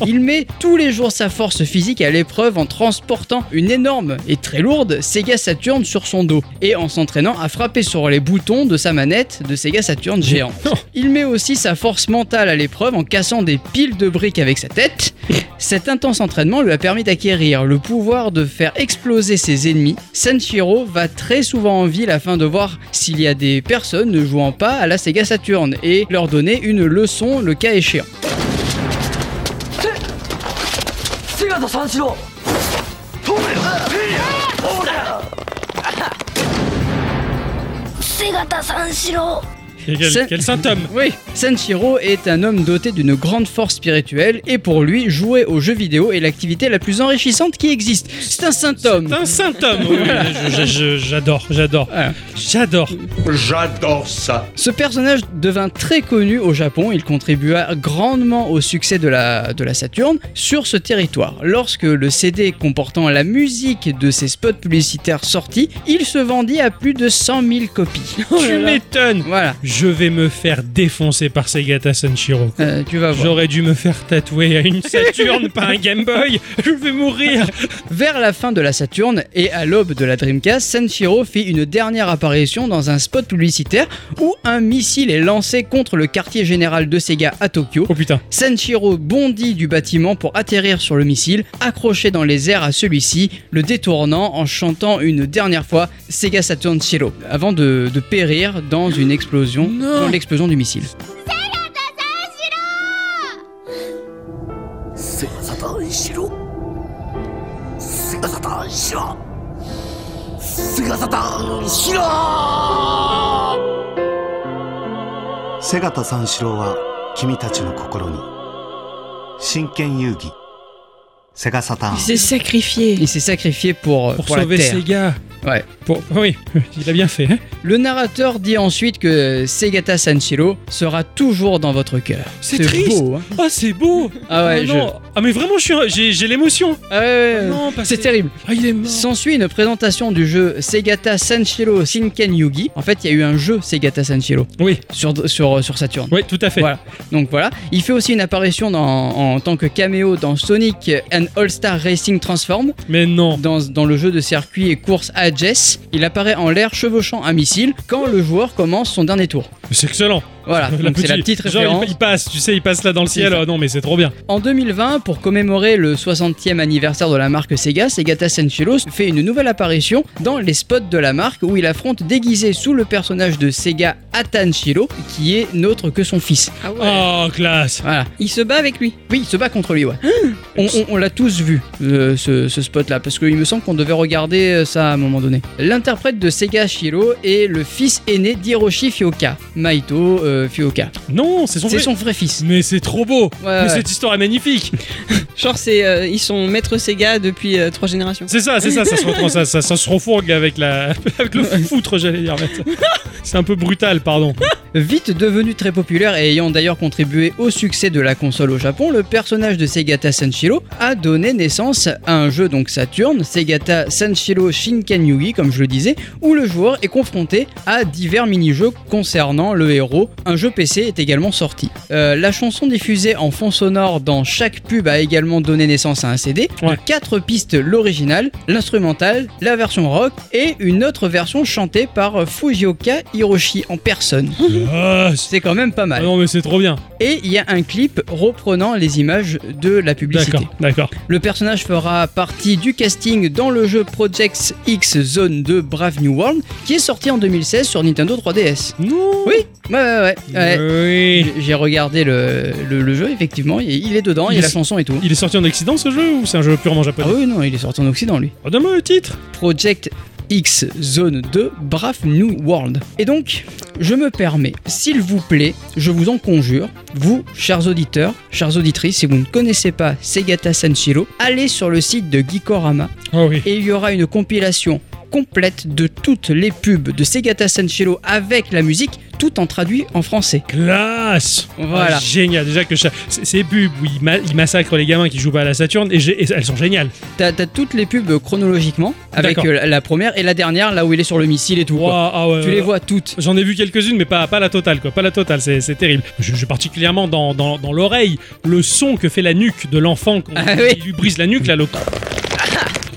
S2: Il met tous les jours sa force physique à l'épreuve en transportant une énorme et très lourde Sega Saturn sur son dos et en s'entraînant à frapper sur les boutons de sa manette de Sega Saturn géant. Il met aussi sa force mentale à l'épreuve en cassant des piles de briques avec sa tête. Cet intense entraînement lui a permis d'acquérir le pouvoir de faire exploser ses ennemis. Sanshiro va très souvent en ville afin de voir s'il y a des personnes ne jouant pas à la Sega Saturn et leur donner une leçon le cas échéant.
S1: Quel, quel-
S2: C'est-
S1: quel symptôme
S2: Oui, Sanshiro est un homme doté d'une grande force spirituelle et pour lui, jouer aux jeux vidéo est l'activité la plus enrichissante qui existe. C'est un saint homme. Ah.
S1: C'est un symptôme. Oui, je- je- je- J'adore, j'adore,
S2: Voilà.
S1: j'adore.
S5: J'adore ça.
S2: Ce personnage devint très connu au Japon, il contribua grandement au succès de la, de la Saturne sur ce territoire. Lorsque le CD comportant la musique de ses spots publicitaires sortit, il se vendit à plus de 100 000 copies.
S1: tu m'étonnes.
S2: Voilà,
S1: Je vais me faire défoncer par Segata Senshiro.
S2: Euh, tu vas voir.
S1: J'aurais dû me faire tatouer à
S2: [LAUGHS]
S1: une Saturne, pas un Game Boy. Je vais mourir.
S2: Vers la fin de la Saturn et à l'aube de la Dreamcast, Sanshiro fit une dernière apparition dans un spot publicitaire où un missile est lancé contre le quartier général de Sega à Tokyo.
S1: Oh putain.
S2: Sanshiro bondit du bâtiment pour atterrir sur le missile, accroché dans les airs à celui-ci, le détournant en chantant une dernière fois Sega Saturn Shiro, avant de, de périr dans une explosion, dans l'explosion du missile.
S8: ガ三四郎は君たちの心に真剣遊戯セガサターン
S3: Il s'est sacrifié.
S2: Il s'est sacrifié pour,
S1: Pour,
S2: pour la
S1: sauver
S2: Terre.
S1: Sega.
S2: Ouais.
S1: Pour... ah Oui, il a bien fait. hein.
S2: Le narrateur dit ensuite que Segata Sanshiro sera toujours dans votre cœur.
S1: C'est triste.
S2: beau, hein
S1: Ah, c'est beau.
S2: Ah ouais,
S1: Ah
S2: je-
S1: non. Ah, mais vraiment, je suis- j'ai j'ai l'émotion.
S2: Ah ouais, ouais, ouais.
S1: Non, parce
S2: c'est
S1: que-
S2: terrible.
S1: Ah, il est mort.
S2: S'ensuit une présentation du jeu Segata Sanshiro Shinken Yugi. En fait, il y a eu un jeu Segata Sanshiro
S1: Oui,
S2: sur, sur, sur Saturn.
S1: oui, tout à fait.
S2: Voilà. Donc voilà, il fait aussi une apparition dans- en tant que caméo dans Sonic and All-Star Racing Transform,
S1: Mais non.
S2: dans, dans le jeu de circuit et course à Jess. Il apparaît en l'air chevauchant un missile quand le joueur commence son dernier tour.
S1: C'est excellent. [LAUGHS]
S2: Voilà, donc c'est la
S1: petit-
S2: petite
S1: genre, il-
S2: référence.
S1: il passe, tu sais, il passe là dans le
S2: C'est
S1: ciel.
S2: ça.
S1: Ah non, mais c'est trop bien.
S2: En 2020, pour commémorer le 60e anniversaire de la marque Sega, Segata Senchilo fait une nouvelle apparition dans les spots de la marque où il affronte déguisé sous le personnage de Sega Atanchiro, qui est n'autre que son fils.
S3: Ah ouais.
S1: Oh, classe.
S2: Voilà.
S3: Il se bat avec lui. Ah.
S2: Oui, il se bat contre lui, ouais. On, on- on l'a tous vu, euh, ce, ce spot-là, parce qu'il me semble qu'on devait regarder euh, ça à un moment donné. L'interprète de Sega Shiro est le fils aîné d'Hiroshi Fioka, Maito euh, Fioka.
S3: Ah
S1: Non, c'est son
S2: C'est
S1: vrai.
S2: son vrai fils.
S1: Mais c'est trop beau.
S2: Ouais,
S1: mais
S2: ouais.
S1: cette histoire est magnifique.
S3: Genre, c'est, euh, ils sont maîtres Sega depuis euh, trois générations.
S1: C'est ça, c'est ça,
S2: [LAUGHS]
S1: ça se reprend, ça, ça, ça se refourgue avec la, [LAUGHS] avec le foutre, j'allais dire. mais ça- C'est un peu brutal,
S2: [LAUGHS]
S1: pardon.
S2: Vite devenu très populaire et ayant d'ailleurs contribué au succès de la console au Japon, le personnage de Segata Sanshiro a donné naissance à un jeu donc Saturn, Segata Sanshiro Shinken Yugi comme je le disais, où le joueur est confronté à divers mini-jeux concernant le héros. Un jeu PC est également sorti. Euh, la chanson diffusée en fond sonore dans chaque pub a également donné naissance à un CD.
S1: Ouais.
S2: De quatre pistes, l'original, l'instrumental, la version rock et une autre version chantée par Fujioka Hiroshi en personne.
S1: Yes.
S2: C'est quand même pas
S1: Ah
S2: mal.
S1: non, mais c'est trop bien.
S2: Et il y a un clip reprenant les images de la
S1: D'accord,
S2: publicité.
S1: d'accord.
S2: Le personnage fera partie du casting dans le jeu Project X Zone 2 Brave New World qui est sorti en 2016 sur Nintendo 3DS.
S1: Non.
S2: Oui, ouais, ouais, ouais. ouais.
S1: Euh, Oui.
S2: J'ai- J'ai regardé le, le- le jeu, effectivement, il- il est dedans, il y
S1: Il-
S2: a la chanson et tout.
S1: Il est sorti en Occident ce jeu ou c'est un jeu purement
S2: Ah
S1: japonais
S2: oui, non, il est sorti en Occident, lui.
S1: Redonne-moi le titre.
S2: Project X Zone 2 Brave New World. Et donc, je me permets, s'il vous plaît, je vous en conjure, vous, chers auditeurs, chères auditrices, si vous ne connaissez pas Segata Sanshiro, allez sur le site de Gikorama
S1: Oh oui.
S2: et il y aura une compilation complète de toutes les pubs de Segata Sanshiro avec la musique, tout en traduit en français.
S1: Classe
S2: Voilà.
S1: Ah, Génial, déjà que ça- c- ces pubs où ils, ma- ils massacrent les gamins qui jouent pas à la Saturne, et, j'ai- et elles sont géniales.
S2: T'as t'as toutes les pubs chronologiquement, avec
S1: D'accord.
S2: euh, la- la première et la dernière, là où il est sur le missile et tout. quoi.
S1: Ouah, ah ouais,
S2: Tu
S1: ouais,
S2: les
S1: ouais.
S2: vois toutes.
S1: J'en ai vu quelques-unes, mais pas, pas la totale, quoi. Pas la totale, c'est c'est terrible. Je, je- particulièrement dans, dans, dans l'oreille, le son que fait la nuque de l'enfant quand
S2: Ah
S1: il
S2: oui. Ah.
S1: lui brise la nuque, là, le.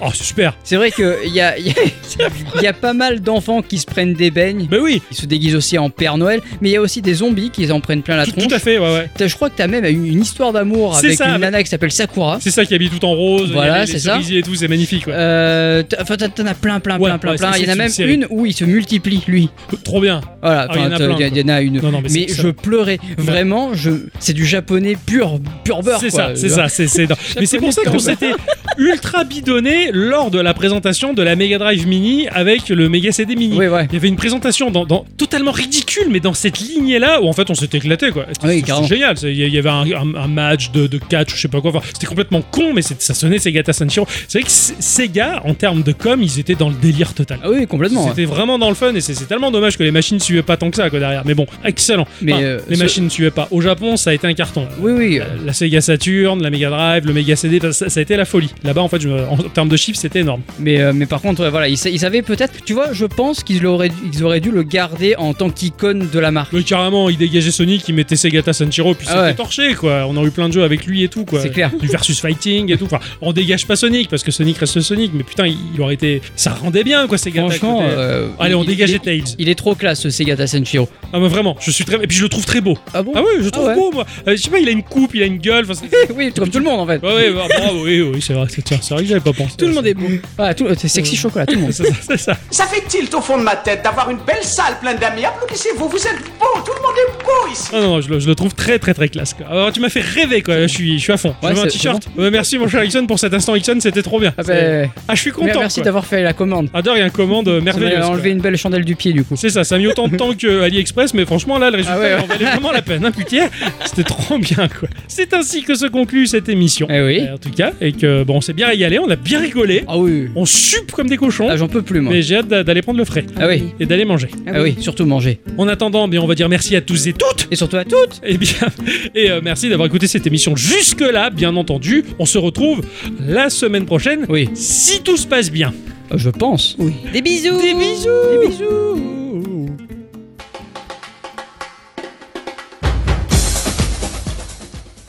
S1: Oh, c'est super!
S2: C'est vrai qu'il y a, y, a, [LAUGHS] y a pas mal d'enfants qui se prennent des beignes.
S1: Ben oui!
S2: Ils se déguisent aussi en Père Noël, mais il y a aussi des zombies qui en prennent plein la
S1: Tout, tout
S2: tronche.
S1: à fait, ouais, ouais.
S2: T'as- Je crois que t'as même eu une histoire d'amour
S1: C'est
S2: avec
S1: ça,
S2: une
S1: avec-
S2: nana qui s'appelle Sakura.
S1: C'est ça qui habite tout en rose,
S2: Voilà,
S1: il y a les- les
S2: c'est ça.
S1: cerisiers et tout, c'est magnifique, ouais.
S2: Euh, t'as- enfin, t'en t'en as plein, plein,
S1: Ouais,
S2: plein, plein,
S1: ouais,
S2: plein.
S1: c'est-
S2: Il y en
S1: c'est
S2: a
S1: une
S2: même
S1: série.
S2: une où il se multiplie, lui.
S1: Trop bien!
S2: Voilà,
S1: Ah, il y en a
S2: enfin,
S1: plein,
S2: t'as- il y, en a une.
S1: Non, non, mais c'est ça.
S2: je pleurais. Vraiment, je... c'est du japonais pur, pur beurre.
S1: C'est
S2: quoi.
S1: ça, c'est ça, c'est c'est. non. Mais c'est pour ça qu'on s'était ultra bidonné lors de la présentation de la Mega Drive Mini avec le Mega CD Mini.
S2: Oui, ouais.
S1: Il y avait une présentation dans, dans- totalement ridicule, mais dans cette lignée-là où en fait on s'était éclaté quoi. C'était
S2: Oui,
S1: c'était
S2: carrément.
S1: génial. c'est- Il y- il y avait un, un- un match de, de catch ou je sais pas quoi. Enfin, c'était complètement con, mais c'est- ça sonnait Sega Tassanshiro. C'est vrai que S- Sega, en termes de com, ils étaient dans le délire total.
S2: Ah oui, complètement.
S1: C'était vraiment dans le fun et c'est c'est tellement dommage que les machines suivaient pas tant que ça quoi derrière. Mais bon, excellent.
S2: Mais,
S1: Enfin,
S2: euh,
S1: les
S2: ce-
S1: machines suivaient pas. Au Japon, ça a été un carton.
S2: Oui, oui.
S1: Euh, la Sega Saturn, la Mega Drive, le Mega CD, ça, ça a été la folie. Là-bas, en fait, je me- en termes de chiffres, c'était énorme.
S2: Mais, euh, mais par contre, ouais, voilà, ils, sa- ils savaient peut-être. Tu vois, je pense qu'ils auraient, ils auraient dû le garder en tant qu'icône de la marque.
S1: Mais carrément, il dégageait Sonic, il mettait Segata Sanchiro, puis
S2: Ah
S1: c'était
S2: ouais.
S1: torché, quoi. On a eu plein de jeux avec lui et tout, quoi.
S2: C'est clair.
S1: Du versus fighting et tout. Enfin, on dégage pas Sonic, parce que Sonic reste Sonic, mais putain, il, il aurait été. Ça rendait bien, quoi, Segata. à
S2: Franchement,
S1: côté.
S2: euh,
S1: Allez, on
S2: il-
S1: dégageait
S2: il-
S1: Tails.
S2: Il est trop classe, ce Segata Senshiro.
S1: Ah, mais vraiment, je suis très. Et puis je le trouve très beau.
S2: Ah bon
S1: Ah ouais, je le trouve
S2: ouais.
S1: beau, moi. Euh, je sais pas, il a une coupe, il a une gueule. Enfin, c'est-
S2: [LAUGHS] Oui, comme tout le monde en fait.
S1: ouais, ouais, bah, bravo, oui, oui, c'est vrai, c'est tiens, c'est vrai que j'avais pas pensé.
S2: Tout le monde est beau. Voilà, Ah, tout- euh, c'est sexy chocolat, [LAUGHS] tout le
S1: [LAUGHS]
S2: monde.
S1: C'est ça, c'est ça.
S9: Ça fait tilt au fond de ma tête d'avoir une belle salle pleine d'amis. Applaudissez-vous, vous êtes beaux, tout le monde est beau ici.
S1: Ah non, non, je le, je le trouve très très très classe. quoi. Alors, tu m'as fait rêver quoi, je suis, je suis à fond.
S2: Ouais,
S1: je veux un
S2: c'est-
S1: t-shirt. Euh, merci mon cher Ixon pour cet instant Ixon, c'était trop bien.
S2: Ah,
S1: C'est-
S2: ben,
S1: Ah, je suis
S2: mer-
S1: content.
S2: merci
S1: quoi.
S2: d'avoir fait la commande.
S1: Ah, d'heure, il y a une commande euh,
S2: On
S1: merveilleuse.
S2: a enlevé
S1: quoi.
S2: une belle chandelle du pied du coup.
S1: C'est ça, ça a mis autant de temps que AliExpress, mais franchement, là, le résultat
S2: Ah ouais, ouais.
S1: en valait vraiment la peine. Hein, putain, c'était trop bien, quoi. C'est ainsi que se conclut cette émission.
S2: Eh oui.
S1: Euh, en tout cas, et que, bon, on s'est bien régalé, on a bien rigolé,
S2: Ah oui.
S1: on supe comme des cochons,
S2: Ah, j'en peux plus moi.
S1: mais j'ai hâte d'a- d'aller prendre le frais
S2: Ah oui.
S1: et d'aller manger.
S2: Ah oui, surtout manger.
S1: En attendant, eh bien, on va dire merci à tous et toutes
S2: Et surtout à toutes.
S1: Eh bien, [LAUGHS] et euh, merci d'avoir écouté cette émission jusque-là, bien entendu. On se retrouve la semaine prochaine,
S2: Oui,
S1: si tout se passe bien.
S2: Ah, je pense.
S3: Des bisous
S1: Des bisous
S2: Des bisous.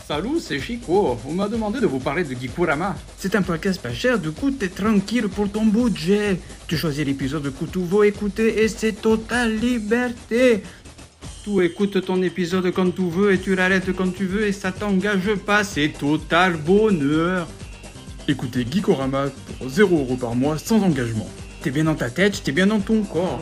S9: Salut, c'est Chico. On m'a demandé de vous parler de Gikurama. C'est un podcast pas cher, du coup t'es tranquille pour ton budget. Tu choisis l'épisode que tu veux écouter et c'est totale liberté. Tu écoutes ton épisode quand tu veux et tu l'arrêtes quand tu veux et ça t'engage pas, c'est total bonheur. Écoutez Geekorama pour 0€ par mois sans engagement. T'es bien dans ta tête, t'es bien dans ton corps.